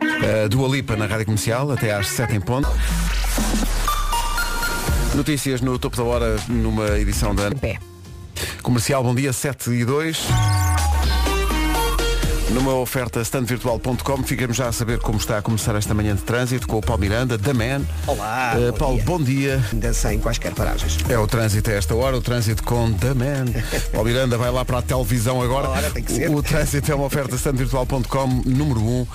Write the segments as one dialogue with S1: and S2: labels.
S1: Uh, Dua Lipa na Rádio Comercial, até às 7 em ponto. Notícias no topo da hora, numa edição da
S2: Pé.
S1: Comercial, bom dia, 7 e 2. Numa oferta standvirtual.com, ficamos já a saber como está a começar esta manhã de trânsito com o Paulo Miranda, da Man.
S3: Olá,
S1: Uh,
S3: bom
S1: Paulo,
S3: dia.
S1: bom dia.
S3: Ainda sem quaisquer paragens.
S1: É o trânsito a esta hora, o trânsito com The Man. Paulo Miranda vai lá para a televisão agora.
S3: Ora, tem que ser.
S1: O, o trânsito é uma oferta standvirtual.com, número 1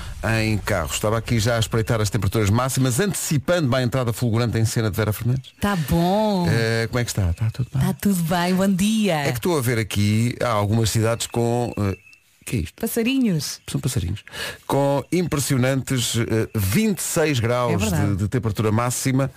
S1: em carros. Estava aqui já a espreitar as temperaturas máximas, antecipando a entrada fulgurante em cena de Vera Fernandes.
S2: Tá bom.
S1: Eh, como é que está? Está tudo bem?
S2: Está tudo bem. Bom dia.
S1: É que estou a ver aqui, há algumas cidades com... eh, que é isto?
S2: Passarinhos.
S1: São passarinhos. Com impressionantes eh, 26
S2: É
S1: graus
S2: verdade.
S1: de, de temperatura máxima,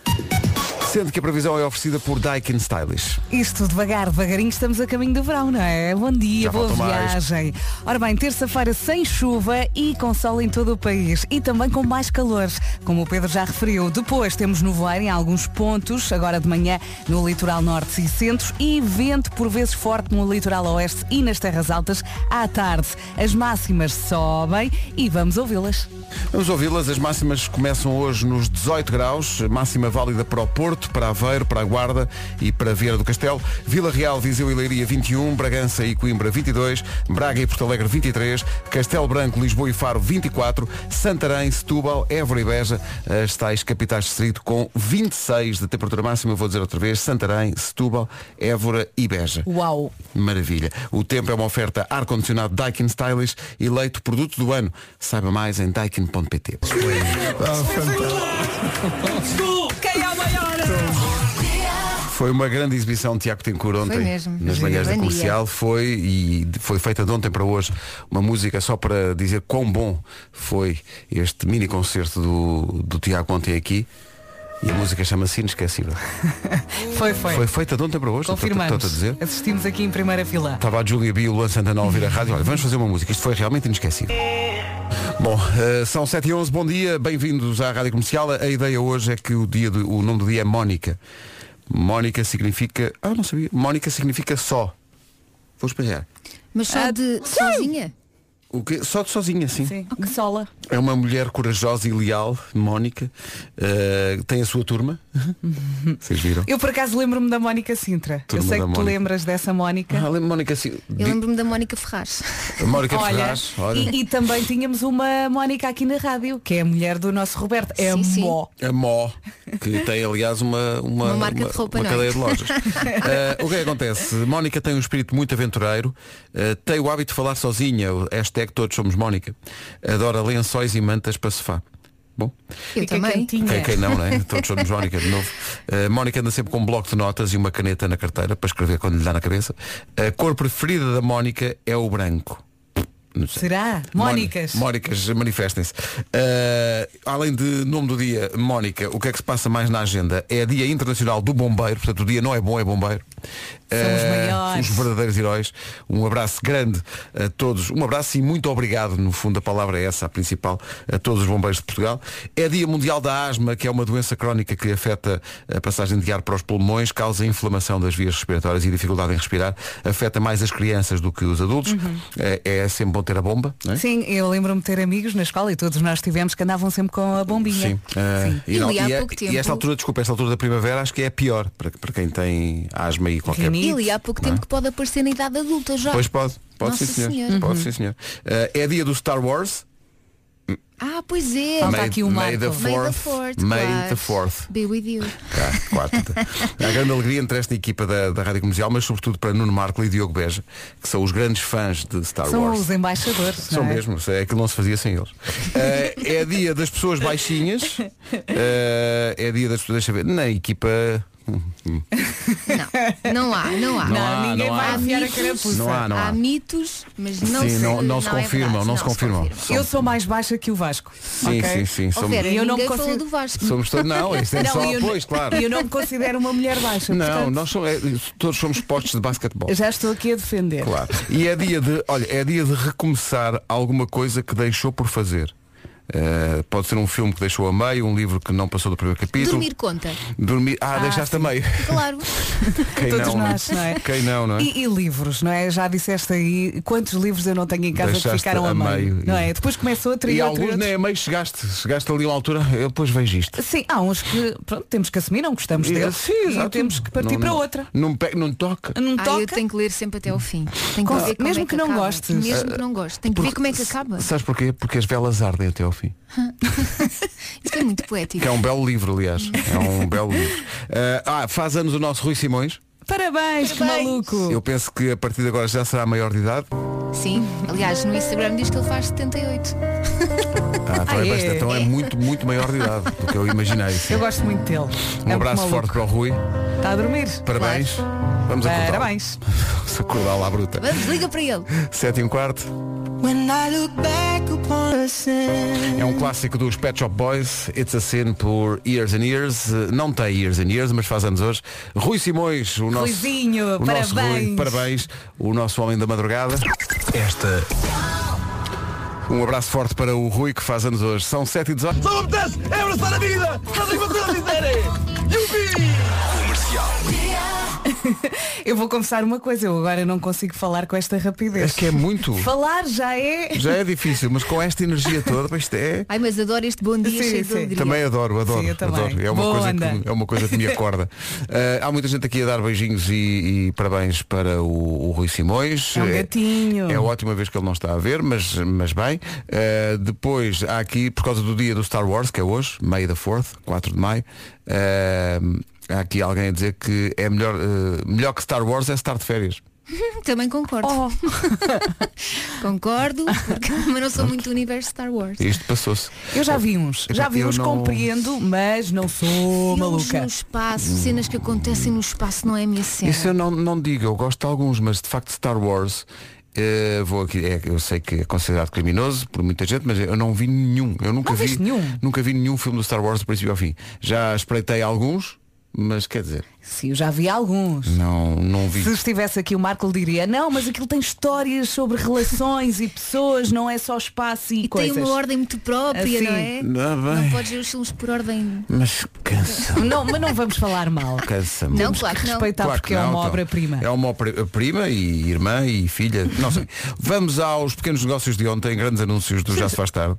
S1: sendo que a previsão é oferecida por Daikin Stylish.
S2: Isto devagar, devagarinho, estamos a caminho do verão, não é? Bom dia,
S1: Já
S2: boa
S1: falta mais.
S2: viagem. Ora bem, terça-feira sem chuva e com sol em todo o país e também com mais calores, como o Pedro já referiu. Depois temos nevoeiro em alguns pontos, agora de manhã no litoral norte e centros e vento por vezes forte no litoral oeste e nas terras altas à tarde. As máximas sobem e vamos ouvi-las.
S1: Vamos ouvi-las. As máximas começam hoje nos 18 graus. Máxima válida para o Porto, para Aveiro, para a Guarda e para Vieira do Castelo. Vila Real, Viseu e Leiria 21, Bragança e Coimbra 22, Braga e Porto Alegre 23, Castelo Branco, Lisboa e Faro 24, Santarém, Setúbal, Évora e Beja, as tais capitais de distrito com 26 de temperatura máxima, vou dizer outra vez, Santarém, Setúbal, Évora e Beja.
S2: Uau!
S1: Maravilha. O tempo é uma oferta ar-condicionado Daikin Stylish, eleito produto do ano. Saiba mais em daikin.pt.
S2: Quem é o maior?
S1: Foi uma grande exibição de Tiago Tencour ontem
S4: mesmo.
S1: nas
S4: Sim,
S1: manhãs da
S4: bom dia.
S1: comercial. Foi e foi feita de ontem para hoje uma música só para dizer quão bom foi este mini concerto do, do Tiago ontem aqui. E a música chama-se Inesquecível.
S2: Foi, foi.
S1: Foi feita de ontem para hoje,
S2: Confirmamos.
S1: estou então a dizer.
S2: Assistimos aqui em primeira fila.
S1: Estava a Júlia B e o Luan Santana a ouvir a rádio. Olha, vamos fazer uma música. Isto foi realmente inesquecível. Bom, eh, são 7 e 11 bom dia, bem-vindos à Rádio Comercial. A ideia hoje é que o, dia do- o nome do dia é Mónica. Mónica significa. Ah, não sabia. Mónica significa só. Vou espalhar.
S4: Mas só
S2: Ah,
S4: de sozinha?
S1: O quê? Só de sozinha, sim.
S2: Sim. Sola.
S1: É uma mulher corajosa e leal, Mónica. Eh, tem a sua turma. Vocês viram?
S2: Eu por acaso lembro-me da Mónica Sintra.
S1: Turma
S2: eu sei
S1: da
S2: que tu
S1: Mónica.
S2: lembras dessa Mónica.
S1: Ah, lembro Mónica. Sim,
S4: Eu lembro-me da Mónica Ferraz.
S1: Mónica
S2: Olha,
S1: Ferraz. Olha.
S2: e, e também tínhamos uma Mónica aqui na rádio, que é a mulher do nosso Roberto. É
S4: Sim, sim.
S2: Mó.
S1: A Mó, que tem aliás uma, uma,
S4: Uma marca de roupa,
S1: uma
S4: não é?
S1: cadeia de lojas. Eh, o que é que acontece? Mónica tem um espírito muito aventureiro, eh, tem o hábito de falar sozinha, o hashtag todos somos Mónica, adora lençóis e mantas para sofá. Bom,
S4: Eu
S2: Fica
S4: também.
S2: quentinha.
S5: É.
S1: quem, quem não, né? Todos somos Mónica de novo. Eh, Mónica anda sempre com um bloco de notas e uma caneta na carteira para escrever quando lhe dá na cabeça. A cor preferida da Mónica é o branco. Não sei.
S2: Será? Mónicas.
S1: Mónicas, manifestem-se. Eh, além de nome do dia, Mónica, o que é que se passa mais na agenda? É Dia Internacional do Bombeiro, portanto o dia não é bom, é bombeiro.
S2: os
S1: Eh,
S2: maiores.
S1: Os verdadeiros heróis. Um abraço grande a todos. Um abraço e muito obrigado, no fundo a palavra é essa, a principal, a todos os bombeiros de Portugal. É Dia Mundial da Asma, que é uma doença crónica que afeta a passagem de ar para os pulmões, causa inflamação das vias respiratórias e dificuldade em respirar. Afeta mais as crianças do que os adultos. Eh, É, sempre bom ter a bomba, não é?
S2: Uhum. Sim, eu lembro-me de ter amigos na escola e todos nós tivemos que andavam sempre com a bombinha.
S1: Sim. eh, E,
S4: Né? E
S1: não-
S4: li há
S1: e é-
S4: pouco
S1: e
S4: tempo-
S1: esta altura, desculpa, esta altura da primavera acho que é a pior para, para quem tem asma e qualquer.
S2: Rinite.
S4: E ali há pouco tempo que pode aparecer na idade adulta já.
S1: Pois pode, pode
S4: Nossa
S1: sim senhor.
S4: Senhora. Uhum.
S1: Pode sim senhor. Eh, é dia do Star Wars.
S4: Ah, pois é.
S2: Falta aqui o
S1: May the
S2: Marco.
S4: May the
S1: fourth.
S4: fourth.
S1: May
S4: claro.
S1: the fourth.
S4: Be with you.
S1: Cá, quarta. Há grande alegria entre esta equipa da, da Rádio Comercial, mas sobretudo para Nuno Marco e Diogo Beja, que são os grandes fãs de Star
S2: São
S1: Wars.
S2: os embaixadores.
S1: São
S2: não é?
S1: mesmo, é aquilo não se fazia sem eles. Eh, é dia das pessoas baixinhas. eh, é dia das pessoas. Deixa eu ver. Na equipa. hum, hum.
S4: Não, não há, não há.
S1: Não
S2: Não,
S1: há,
S2: ninguém
S1: não
S2: vai
S1: há.
S2: enfiar a
S4: Amigos.
S2: carapuça.
S1: Não há, Ah, não há.
S4: mitos, mas não
S1: Sim,
S4: se,
S1: não- não se
S4: é
S1: confirmam,
S4: verdade,
S1: não se confirmam.
S2: Eu sou mais baixa que o Vasco.
S1: Sim, sim, sim.
S4: Ó,
S1: somos-
S4: Oh, Vera,
S2: Eu não
S4: ninguém
S2: consigo-
S4: falou do Vasco.
S1: Somos todos. Não, isto é
S2: Não,
S1: só
S2: eu não-
S1: apoios, claro.
S2: E eu não me considero uma mulher baixa.
S1: Não,
S2: portanto,
S1: nós somos, é, todos somos postos de basquetebol.
S2: Já estou aqui a defender.
S1: Claro. E é dia de, olha, é dia de recomeçar alguma coisa que deixou por fazer. Eh, pode ser um filme que deixou a meio, um livro que não passou do primeiro capítulo.
S4: Dormir conta.
S1: Dormir- Ah,
S2: Ah,
S1: deixaste a meio.
S4: Claro.
S1: Quem
S2: Todos
S1: não, né?
S2: nós, não é?
S1: Quem não, não é?
S2: E, e livros, não é? Já disseste aí quantos livros eu não tenho em casa
S1: Deixaste
S2: que ficaram a
S1: a
S2: meio.
S1: meio,
S2: Não
S1: e-
S2: é? Depois começou a
S1: E,
S2: trilha
S1: alguns nem a meio chegaste. Chegaste ali a uma altura, eu depois vejo isto.
S2: Sim, há uns que pronto, temos que assumir, não gostamos
S1: E-
S2: deles
S1: sim,
S2: e
S1: exato.
S2: temos que partir
S1: Não-
S2: para
S1: não-
S2: outra.
S1: Não, pe- não toca.
S2: Não
S4: Ah, eu
S2: toca.
S4: tenho que ler sempre até ao fim. Tenho que
S2: Com-
S4: ver como
S2: mesmo
S4: é
S2: que não
S4: acaba.
S2: gostes.
S1: Ah,
S4: Mesmo que não gostes. Tenho que ver como é que acaba.
S1: Sabes porquê? Porque as velas ardem até ao fim.
S4: Isto é muito poético.
S1: Que é um belo livro, aliás. É um belo livro. Eh, ah, faz anos o nosso Rui Simões.
S2: Parabéns, que
S4: Parabéns.
S2: maluco.
S1: Eu penso que a partir de agora já será a maior de idade.
S4: Sim. Aliás, no Instagram diz que ele faz 78.
S1: Ah, então,
S2: Ah,
S1: é
S2: é?
S1: bastante- então é muito, muito maior de idade do que eu imaginei. sim.
S2: Eu gosto muito dele. É
S1: Um abraço forte para o Rui.
S2: Está a dormir.
S1: Parabéns. Vamos acordá-lo.
S2: Parabéns.
S1: Vamos acordá-lo à bruta.
S4: Vamos, liga para ele.
S1: 7 e um quarto. É um clássico dos Pet Shop Boys, It's a Sin por Years and Years. Eh, Não tem Years and Years, mas faz anos hoje. Rui Simões, o nosso.
S2: Ruizinho,
S1: o nosso Rui,
S2: parabéns.
S1: parabéns, o nosso homem da madrugada. Esta. Um abraço forte para o Rui que faz anos hoje. São 7 e 18.
S3: Só me apetece é abraçar a vida! Fazem o que vocês quiserem! Yupi!
S2: Eu vou confessar uma coisa, eu agora não consigo falar com esta rapidez.
S1: Acho que é muito.
S2: Falar já é.
S1: Já é difícil, mas com esta energia toda, pois isto é.
S4: Ai, mas adoro este bom dia
S2: Sim,
S4: cheio de
S2: sim.
S4: alegria.
S1: Também adoro, adoro.
S2: Sim, eu também.
S1: adoro. É, uma
S2: Boa
S1: coisa
S2: onda.
S1: que, é uma coisa que me acorda. Ah, há muita gente aqui a dar beijinhos e, e parabéns para o, o Rui Simões.
S2: É um gatinho.
S1: É, ótima vez que ele não está a ver, mas, mas bem. Ah, depois há aqui, por causa do dia do Star Wars, que é hoje, May the 4th, 4 de maio. ah, há aqui alguém a dizer que é melhor, ah, melhor que Star Wars é estar de férias.
S4: Também concordo.
S2: Oh.
S4: Oh. Concordo, porque, mas não sou muito do universo Star Wars.
S1: Isto passou-se.
S2: Eu já vi uns, já vi
S1: Eu
S2: uns,
S1: não-
S2: compreendo, mas não sou
S4: Filmes
S2: maluca.
S4: no espaço, cenas que acontecem no espaço não é a minha cena.
S1: Isso eu não, não digo, eu gosto de alguns, mas de facto Star Wars, eh, vou aqui, é, eu sei que é considerado criminoso por muita gente, mas eu não vi nenhum. Eu nunca
S2: Não
S1: vi
S2: viste nenhum?
S1: nunca vi nenhum filme do Star Wars do princípio ao fim. Já espreitei alguns, mas quer dizer,
S2: Sim, eu já vi alguns.
S1: não, não vi.
S2: Se estivesse aqui o Marco ele diria, não, mas aquilo tem histórias sobre relações e pessoas, não é só espaço e,
S4: E
S2: coisas.
S4: tem uma ordem muito própria,
S2: Assim.
S4: não é?
S1: Dá bem.
S4: Não podes ver os filmes por ordem.
S1: Mas cansa.
S2: Não, mas não vamos falar mal.
S1: Cansa-me.
S4: Não, claro que não.
S2: Respeitar
S1: Claro
S2: porque
S1: que
S2: é
S1: não,
S2: uma
S1: então.
S2: obra-prima.
S1: É uma obra-prima e irmã e filha. Não sei. Vamos aos pequenos negócios de ontem, grandes anúncios do Já se faz tarde.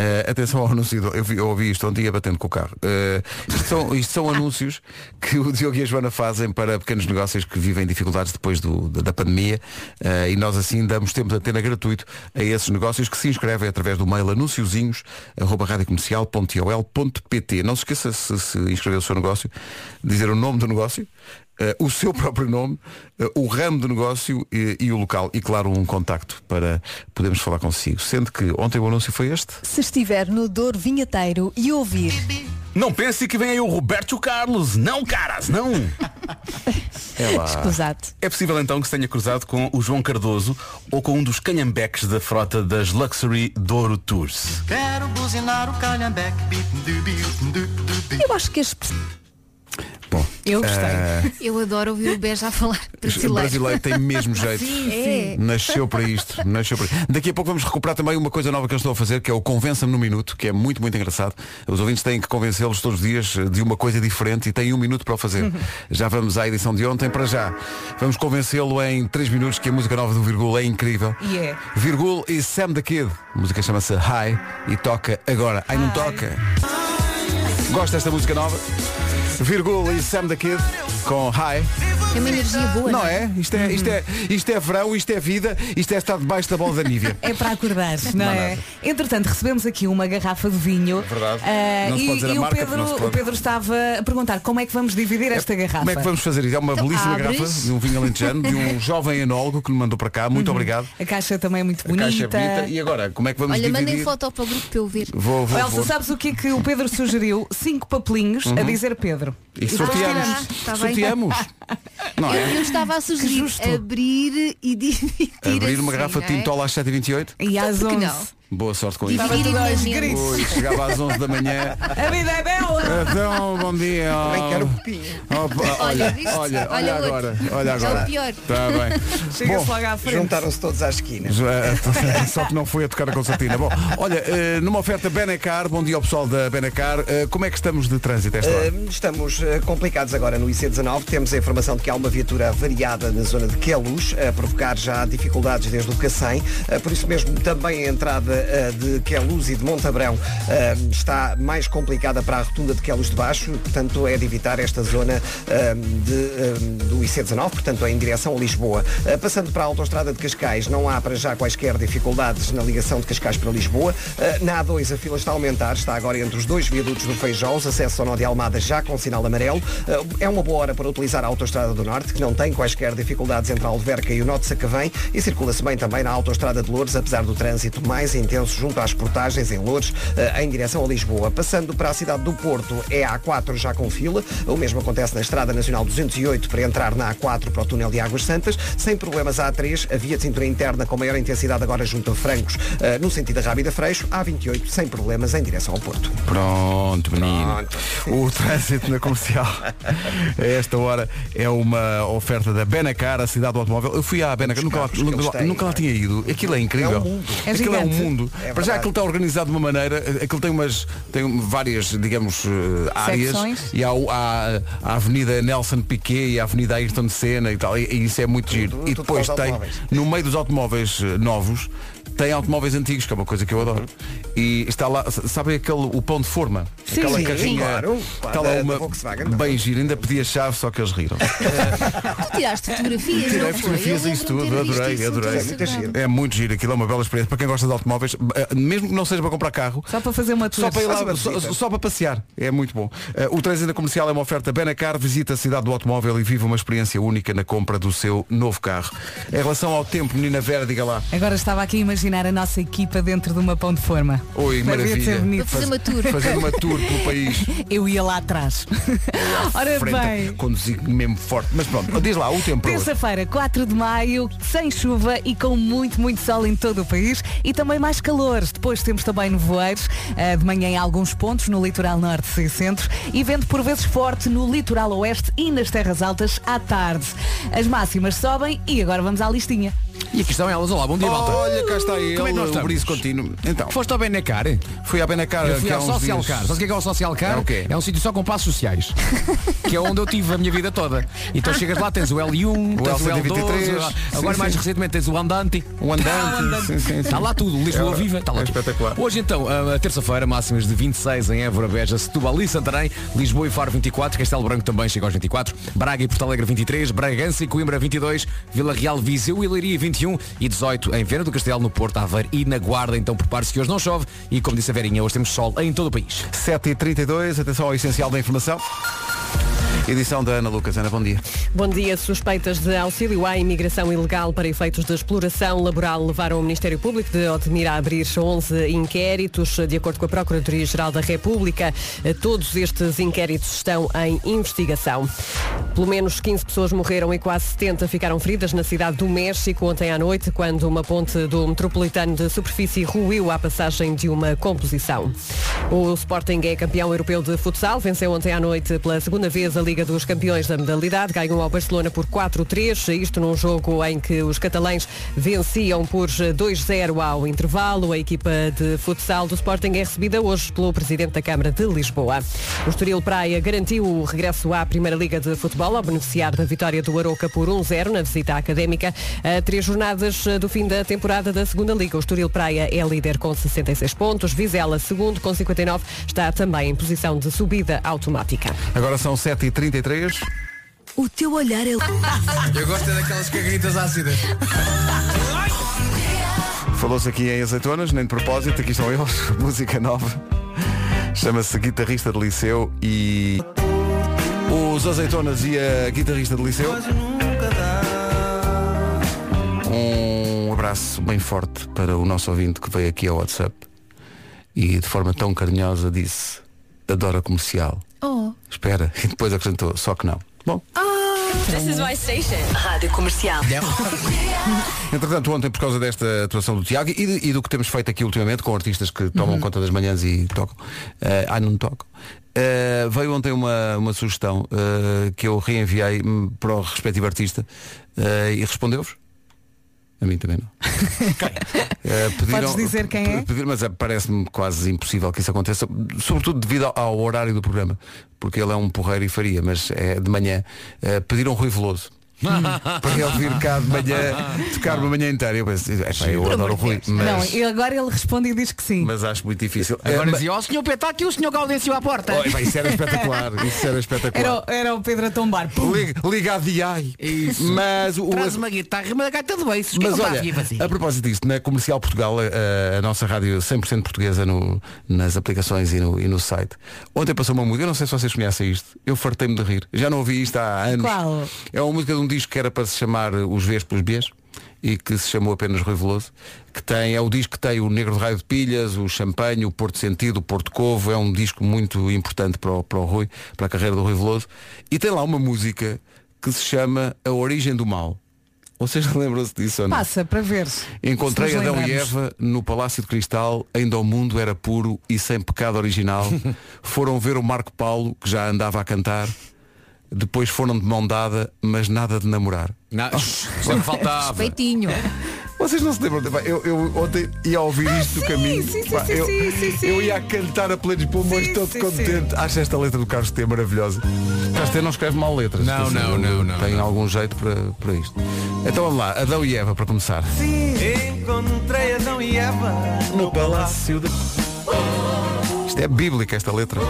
S1: Eh, atenção ao anúncio, do- eu, vi- eu ouvi isto ontem ia batendo com o carro. Eh, isto, são, isto são anúncios que o Diogo e a Joana fazem para pequenos negócios que vivem dificuldades depois do- da, da pandemia eh, e nós assim damos tempo de antena gratuito a esses negócios que se inscrevem através do mail anunciozinhos.radiocomercial.ol.pt Não se esqueça se, se inscrever o seu negócio, dizer o nome do negócio, eh, o seu próprio nome, eh, o ramo do negócio eh, e, o local. E claro, um contacto para podermos falar consigo. Sendo que ontem o anúncio foi este.
S6: Se estiver no Douro Vinheteiro e ouvir
S3: Não pense que vem aí o Roberto Carlos. Não, caras, não.
S1: É lá.
S6: Escusado
S3: É possível então que se tenha cruzado com o João Cardoso ou com um dos canhambeques da frota das Luxury Douro Tours.
S7: Quero buzinar o calhambeque
S6: Eu acho que as pessoas
S1: Bom, eh,
S2: Eu gostei.
S4: Eu adoro ouvir o Beja a falar
S1: o
S4: brasileiro.
S1: brasileiro tem mesmo jeito.
S4: É.
S1: Nasceu para isto, nasceu para isto. Daqui a pouco vamos recuperar também uma coisa nova que eu estou a fazer, que é o Convença-me no Minuto, que é muito, muito engraçado. Os ouvintes têm que convencê-los todos os dias de uma coisa diferente e têm um minuto para o
S2: Uhum.
S1: fazer. Já vamos à edição de ontem, para já. Vamos convencê-lo em três minutos, que a música nova do Virgul é incrível.
S2: E é.
S1: Virgul e Sam the Kid. A música chama-se High e toca agora. Ai, não toca. Gosta desta música nova? Virgul e Sam the Kid com High.
S4: É uma energia boa.
S1: Não é? Isto é, isto é, isto é verão, isto é vida, isto é estar debaixo da bola da Nívia.
S2: É para acordar, não, é? Entretanto, recebemos aqui uma garrafa de vinho.
S1: É verdade.
S2: Ah,
S1: Não se
S2: e
S1: pode dizer a
S2: e o,
S1: marca,
S2: Pedro,
S1: não se pode.
S2: o Pedro estava a perguntar como é que vamos dividir esta garrafa.
S1: Como é que vamos fazer isso? É uma belíssima
S4: Então abres.
S1: garrafa de um vinho alentejano, de um jovem enólogo que me mandou para cá.
S4: Uhum.
S1: Muito obrigado.
S2: A caixa também é muito
S1: A
S2: bonita.
S1: caixa é bonita. E agora, como é que vamos
S4: Olha, mandem
S1: dividir?
S4: foto para o grupo para eu ver.
S1: Vou, vou,
S2: Elsa,
S1: vou. Uhum.
S2: sabes o que é que o Pedro sugeriu? Cinco papelinhos a dizer Pedro.
S1: E sorteamos. Tá
S4: Ah, está bem.
S1: sorteamos. Não
S4: Eu,
S1: é?
S4: eu estava a sugerir
S2: justo.
S4: abrir e dividir.
S1: Abrir uma
S4: assim,
S1: garrafa de
S4: não é?
S1: tintola às 7h28?
S2: E às
S4: Por que
S2: 11.
S4: não?
S1: Boa sorte com isso.
S2: Estava
S4: Dividir
S2: tudo aos
S4: na mente.
S2: gritos.
S1: Ui, chegava às 11 da manhã.
S2: A vida é bela!
S1: Então, bom dia. ó. Ó, pá,
S4: Olha,
S1: olha,
S4: viste?
S1: olha, olha
S4: Olha outro.
S1: agora. Olha
S4: É o
S1: agora.
S4: pior.
S1: Está bem.
S2: Chega-se
S1: Bom,
S2: logo à frente.
S8: Juntaram-se todos à esquina.
S1: Já- eh, Só que não foi a tocar a concertina. Bom, olha, eh, numa oferta Benacar, bom dia ao pessoal da Benacar. Eh, Como é que estamos de trânsito a esta hora?
S8: Ah, Estamos ah, complicados agora no IC19. Temos a informação de que há uma viatura variada na zona de Queluz, a provocar já dificuldades desde o Cacém. Ah, Por isso mesmo, também a entrada ah, de Queluz e de Montabrão ah, está mais complicada para a rotunda de Queluz de Baixo. Portanto, é de evitar esta zona ah, de, ah, do IC19, portanto, é em direção a Lisboa. Ah, Passando para a autoestrada de Cascais, não há para já quaisquer dificuldades na ligação de Cascais para Lisboa. Ah, Na A2, a fila está a aumentar, está agora entre os dois viadutos do Feijó, os acessos ao Nó de Almada já com sinal amarelo. Ah, É uma boa hora para utilizar a autoestrada do Norte, que não tem quaisquer dificuldades entre a Alverca e o Nó de Sacavém, e circula-se bem também na autoestrada de Loures, apesar do trânsito mais intenso junto às portagens em Loures, ah, em direção a Lisboa. Passando para a cidade do Porto, é a A4 já com fila. O mesmo acontece na Estrada Nacional 208 para entrar na A4 para o túnel de Águas Santas. Sem problemas a A3, a via de cintura interna com maior intensidade agora junto a Francos, ah, no sentido da Rábida Freixo. A28 sem problemas em direção ao Porto.
S1: Pronto, menino.
S8: Pronto.
S1: O trânsito na comercial a esta hora é uma oferta da Benacar, a cidade do automóvel. Eu fui à Benacar, nunca, lá,
S8: carros que eles
S1: nunca lá-
S8: têm,
S1: nunca lá
S8: não é?
S1: tinha ido. Aquilo é incrível.
S8: É um mundo.
S2: É
S1: aquilo é um
S2: gigante.
S1: mundo.
S8: É
S1: Para já
S8: verdade.
S1: aquilo está organizado de uma maneira, aquilo tem umas tem várias, digamos, eh, áreas
S2: Secções.
S1: e há, o- há a Avenida Nelson Piquet e a Avenida Ayrton Senna e tal, e, e isso é muito giro.
S8: tudo
S1: e
S8: para
S1: depois
S8: os
S1: tem
S8: automóveis.
S1: no meio dos automóveis eh, novos tem automóveis antigos, que é uma coisa que eu adoro.
S8: Uhum.
S1: E está lá, s- sabe aquele o pão de forma?
S2: Sim,
S1: Aquela
S2: sim,
S1: carrinha.
S8: claro, claro,
S1: está lá
S8: da- da
S1: uma
S8: Volkswagen, não é?
S1: bem gira, ainda pedi a chave, só que eles riram.
S4: Tu tiraste fotografias,
S1: Tirei
S4: não foi?
S1: fotografias
S4: Ah, Eu
S1: a isso
S4: lembro-me
S1: tudo,
S4: ter visto
S1: adorei,
S4: isso no
S1: adorei.
S4: teu
S8: É muito
S4: Instagram.
S8: giro.
S1: É muito giro, aquilo é uma bela experiência. Para quem gosta de automóveis, eh, mesmo que não seja para comprar carro,
S2: Só para fazer uma tour.
S1: só para ir
S8: Faz
S1: lá,
S8: uma
S1: só,
S8: visita.
S1: só para passear. É muito bom. Eh, o trânsito comercial é uma oferta Benacar, visita a cidade do automóvel e vive uma experiência única na compra do seu novo carro. Em relação ao tempo, menina Vera, diga lá.
S2: Agora estava aqui a imaginar a nossa equipa dentro de uma pão de forma.
S1: Oi,
S2: Para ver
S1: maravilha.
S2: ser bonito.
S4: Para fazer uma tour.
S1: Fazer uma tour pelo país.
S2: Eu ia lá atrás. Ora
S1: frente,
S2: bem.
S1: conduzir mesmo forte. Mas pronto, diz lá, o tempo para hoje.
S2: Terça-feira, 4 de maio, sem chuva e com muito, muito sol em todo o país e também mais calor. Depois temos também nevoeiros, eh, de manhã em alguns pontos, no litoral norte e centro, e vento por vezes forte no litoral oeste e nas terras altas à tarde. As máximas sobem e agora vamos à listinha.
S9: E aqui estão elas. Olá, bom dia, malta.
S1: Olha, cá está ele,
S9: Como é que nós
S1: o
S9: estamos?
S1: briso contínuo. Então,
S9: Foste ao Benecar? Eu
S1: fui à Benacar um
S9: fui
S1: aqui há
S9: ao
S1: uns
S9: Social
S1: dias.
S9: Car. Sabes o que é, que é o Social Car?
S1: É o quê?
S9: um sítio só com passos sociais. que é onde eu tive a minha vida toda. Então chegas lá, tens o L1,
S1: O
S9: tens o
S1: L123,
S9: L12, agora
S1: sim,
S9: mais
S1: sim.
S9: recentemente tens o Andante.
S1: Um andante. sim, sim, sim.
S9: Está lá tudo, Lisboa
S1: É,
S9: viva, está lá
S1: é
S9: tudo.
S1: espetacular.
S9: Hoje então, a a terça-feira, máximas de 26 em Évora, Beja, Setúbal e Santarém, Lisboa e Faro 24, Castelo Branco também chega aos 24, Braga e Porto Alegre 23, Bragança e Coimbra 22, Vila Real, Viseu e Leiria 21 e 18 em Viana do Castelo, no Porto, Aveiro e na Guarda. Então prepare-se que hoje não chove e como disse a Verinha, hoje temos sol em todo o país.
S1: 7h32, atenção ao essencial da informação. Edição da Ana Lucas. Ana, bom dia.
S10: Bom dia. Suspeitas de auxílio à imigração ilegal para efeitos de exploração laboral levaram o Ministério Público de Odmira a abrir 11 inquéritos. De acordo com a Procuradoria-Geral da República, Eh, todos estes inquéritos estão em investigação. Pelo menos 15 pessoas morreram e quase 70 ficaram feridas na cidade do México ontem à noite, quando uma ponte do metropolitano de superfície ruiu à passagem de uma composição. O Sporting é campeão europeu de futsal, venceu ontem à noite pela segunda vez a Liga dos Campeões da modalidade, ganhou ao Barcelona por 4-3, isto num jogo em que os catalães venciam por 2-0 ao intervalo. A equipa de futsal do Sporting é recebida hoje pelo Presidente da Câmara de Lisboa. O Estoril Praia garantiu o regresso à Primeira Liga de Futebol ao beneficiar da vitória do Aroca por 1-0 na visita académica a três jornadas do fim da temporada da Segunda Liga. O Estoril Praia é líder com 66 pontos, Vizela segundo com 59, está também em posição de subida automática.
S1: Agora são 7h33.
S6: O teu olhar é
S9: gosto é daquelas cagritas ácidas.
S1: Falou-se aqui em azeitonas, nem de propósito, aqui estão eles, música nova. Chama-se Guitarrista de Liceu e. Os azeitonas e a guitarrista de Liceu. Um abraço bem forte para o nosso ouvinte que veio aqui ao WhatsApp e de forma tão carinhosa disse, adora comercial.
S4: Oh,
S1: Espera, e depois acrescentou, só que não. Bom.
S6: Rádio Comercial.
S1: Entretanto, ontem, por causa desta atuação do Tiago e, de- e do que temos feito aqui ultimamente, com artistas que tomam
S2: Uhum.
S1: conta das manhãs e tocam, eh, ah, não tocam, eh, veio ontem uma, uma sugestão eh, que eu reenviei hum, para o respectivo artista eh, e respondeu-vos? A mim também não. Eh,
S2: Podes dizer quem é?
S1: pe- pediram- mas eh, parece-me quase impossível que isso aconteça, sobretudo devido ao, ao horário do programa, porque ele é um porreiro e faria, mas é de manhã. Eh, pediram Rui Veloso para ele vir cá de manhã tocar uma manhã inteira. Eu penso, "Epá, eu adoro o Rui,
S2: Não,
S1: mas,
S2: e agora ele responde e diz que sim.
S1: mas acho muito difícil. Eh,
S9: Agora
S1: mas-
S9: dizia, ó senhor Petá, aqui o senhor Gaudêncio à porta.
S1: Oh, epá, isso era espetacular, isso era espetacular.
S2: Era, o- era o Pedro a tombar. Pum.
S1: Liga, liga a DI.
S9: Isso.
S1: Mas o,
S9: Traz uma guitarra e uma gaita de beiços. O que é que
S1: Mas
S9: ele
S1: olha,
S9: está aqui a fazer?
S1: a propósito disto, na Comercial Portugal, a, a nossa rádio 100% portuguesa no- nas aplicações e no, e no site, ontem passou uma música, eu não sei se vocês conhecem isto, eu fartei-me de rir, já não ouvi isto há anos.
S2: Qual?
S1: É uma música de um disco que era para se chamar Os Vês pelos Bs e que se chamou apenas Rui Veloso, que tem, é o disco que tem o Negro de Raio de Pilhas, o Champanhe, o Porto Sentido, o Porto Covo, é um disco muito importante para o, para o Rui, para a carreira do Rui Veloso, e tem lá uma música que se chama A Origem do Mal. Vocês lembram-se disso ou não?
S2: Passa para ver.
S1: Encontrei
S2: se nos
S1: Adão e
S2: lembramos.
S1: Eva no Palácio de Cristal, ainda o mundo era puro e sem pecado original. foram ver o Marco Paulo, que já andava a cantar. Depois foram de mão dada, mas nada de namorar.
S9: Não,
S1: é
S9: só me faltava.
S4: Peitinho.
S1: Vocês não se lembram? de- pá, Eu, eu ontem ia ouvir isto do caminho.
S2: Ah, sim, sim,
S1: Pá,
S2: sim,
S1: eu,
S2: sim, sim, sim.
S1: eu ia a cantar a plenos pulmões,
S2: Sim,
S1: todo
S2: sim,
S1: contente. Acho esta letra do Carlos T maravilhosa. Carlos T não escreve mal letras.
S9: Não,
S1: Quer dizer,
S9: não, não, não,
S1: Tem
S9: não.
S1: algum jeito para, para isto. Então vamos lá, Adão e Eva para começar.
S7: Encontrei Adão e Eva no palácio de...
S1: Isto é bíblica esta letra.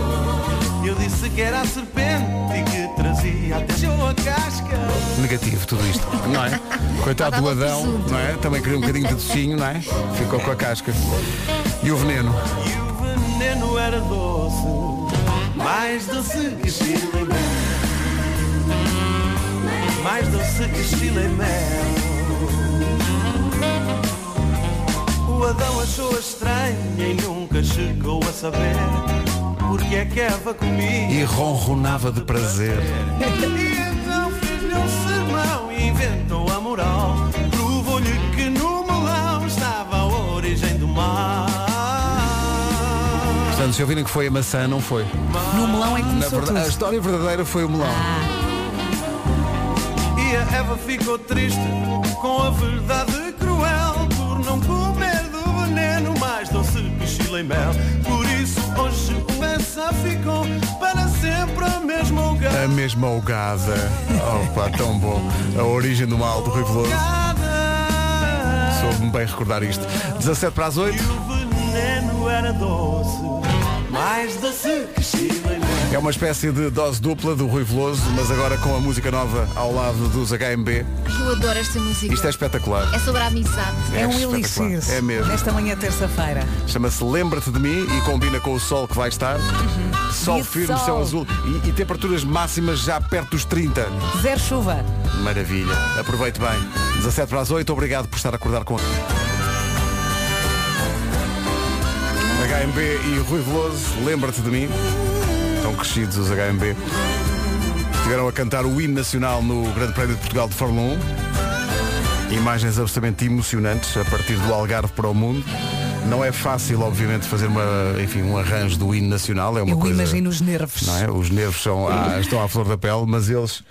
S7: Eu disse que era a serpente e que trazia até a casca.
S1: negativo tudo isto, não é? Coitado do Adão, não é? Também queria um bocadinho de docinho, não é? Ficou com a casca. E o veneno.
S7: E o veneno era doce, mais doce que chile em mel. Mais doce que chile em mel. O Adão achou estranha e nunca chegou a saber porque é que Eva comia.
S1: E ronronava de prazer.
S7: Então fez-lhe um sermão e inventou a moral. Provou-lhe que no melão estava a origem do mal.
S1: Portanto, se ouvirem que foi a maçã, não foi.
S2: No melão é que
S1: Na
S2: começou
S1: verdade, a
S2: tudo.
S1: história verdadeira foi o melão.
S7: E a Eva ficou triste com a verdade cruel por não comer do veneno mais doce que chile e mel. Por isso hoje o essa ficou para sempre a mesma
S1: A
S7: hogada.
S1: mesma algada. Opa, tão bom. A origem do mal do Rui Veloso. Soube-me bem recordar isto. 17 para as 8.
S7: E o veneno era doce, mais doce que chile e mel.
S1: É uma espécie de dose dupla do Rui Veloso, mas agora com a música nova ao lado dos HMB.
S4: Eu adoro esta música.
S1: Isto é espetacular.
S4: É sobre a amizade.
S2: É um
S1: espetacular.
S2: elixir.
S1: É mesmo.
S2: Nesta manhã de terça-feira.
S1: Chama-se Lembra-te de mim e combina com o sol que vai estar. Sol
S2: E
S1: firme,
S2: sol.
S1: céu azul e, e temperaturas máximas já perto dos 30.
S2: Zero chuva.
S1: Maravilha. Aproveite bem. 17 para as 8, obrigado por estar a acordar com a. HMB e Rui Veloso, lembra-te de mim. Estão crescidos os HMB. Estiveram a cantar o hino nacional no Grande Prémio de Portugal de Fórmula 1. Imagens absolutamente emocionantes a partir do Algarve para o mundo. Não é fácil, obviamente, fazer uma, enfim, um arranjo do hino nacional. É uma
S2: Eu
S1: coisa
S2: imagino os nervos.
S1: não é? Os nervos são à- estão à flor da pele, mas eles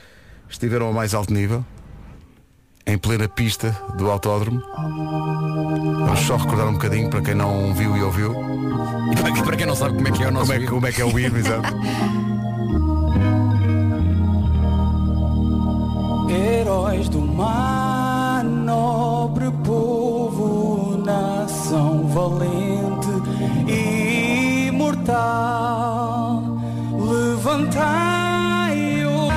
S1: estiveram a mais alto nível, em plena pista do autódromo. Vamos só recordar um bocadinho para quem não viu e ouviu.
S9: Para- Para quem não sabe como é que é o nosso
S1: Como é, que-
S9: vídeo.
S1: como é que é o hino, exato?
S11: Heróis do mar, nobre povo, nação valente e imortal. Levantai o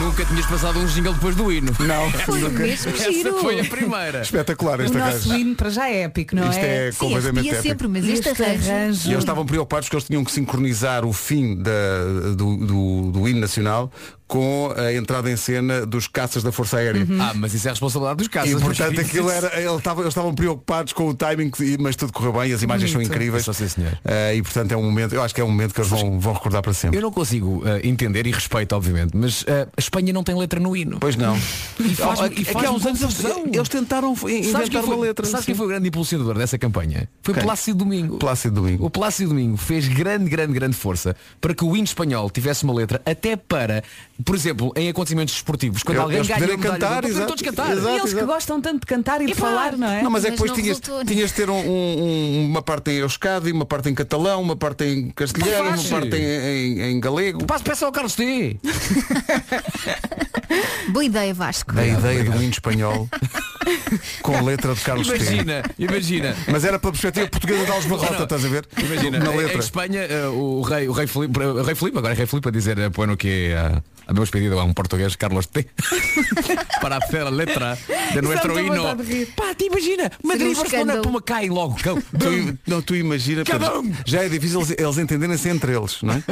S9: Nunca tinhas passado um jingle depois do hino.
S1: Não,
S4: Foi
S1: nunca.
S4: mesmo
S9: Essa
S4: giro.
S9: foi a primeira.
S1: Espetacular
S2: O
S1: esta
S2: nosso
S1: casa.
S2: hino para já é épico, não
S1: Isto é,
S4: Sim,
S1: completamente
S4: arrepia
S1: épico.
S4: sempre, mas este
S2: Este
S4: arranjo.
S1: E
S2: arranjo.
S1: eles estavam preocupados porque eles tinham que sincronizar o fim da- do, do, do hino nacional com a entrada em cena dos caças da Força Aérea.
S9: Uhum. Ah, mas isso é a responsabilidade dos caças,
S1: E
S9: meus
S1: portanto
S9: filhos.
S1: aquilo era, ele tava- eles estavam preocupados com o timing, e- mas tudo correu bem, as imagens
S9: Bonito.
S1: são incríveis. Eh, e portanto é um momento, eu acho que é um momento que eles vão, vão recordar para sempre.
S9: Eu não consigo eh, entender e respeito, obviamente, mas eh, a Espanha não tem letra no hino.
S1: Pois não.
S9: E faz,
S1: Ah,
S9: e
S1: é que
S9: faz
S1: há uns anos
S9: confusão.
S1: eles- eles tentaram inventar
S9: Sabes quem
S1: uma
S9: foi-
S1: letra,
S9: Sabes
S1: sim.
S9: quem foi o grande impulsionador dessa campanha? Foi
S1: Quem?
S9: Plácido Domingo.
S1: Plácido Domingo.
S9: O Plácido Domingo fez grande, grande, grande força para que o hino espanhol tivesse uma letra até para, por exemplo, em acontecimentos esportivos, quando
S1: Eu-
S9: alguém
S1: eles
S9: ganha
S2: um
S1: poderem
S9: uma medalha,
S1: cantar,
S9: podem
S1: exato,
S9: todos cantar.
S1: exato,
S2: Eles que
S1: exato.
S2: gostam tanto de cantar e de falar, não é?
S1: Não, mas é que
S4: Mas
S1: depois
S4: não
S1: tinhas,
S4: resultou, né?
S1: tinhas de ter um- um- uma parte em euskadi, uma parte em catalão, uma parte em castelhano,
S9: Não
S1: uma
S9: faz.
S1: parte em, em- em galego.
S9: Passo peça ao Carlos T.
S4: Boa ideia, Vasco.
S1: Da ideia do hino espanhol com letra de Carlos T.
S9: Imagina, imagina.
S1: Mas era pela perspectiva portuguesa de Alves Barrota,
S9: Não,
S1: estás a ver?
S9: Imagina,
S1: Na
S9: em-
S1: letra.
S9: em Espanha, eh, o rei, o rei Filipe, o rei Filipe, agora é rei Filipe a dizer, eh, bueno, que a, a meus pedido a um português, Carlos T, para fazer a letra de nuestro
S2: muita
S9: hino.
S2: vontade de rir.
S9: Pá, te imagina,
S4: um
S1: é
S9: Madrid e Barcelona
S4: escândalo.
S9: para uma cai logo, cão.
S1: Tu, não, tu imagina,
S9: Cada
S1: Pedro,
S9: um.
S1: já é difícil eles, eles entenderem-se entre eles, não é?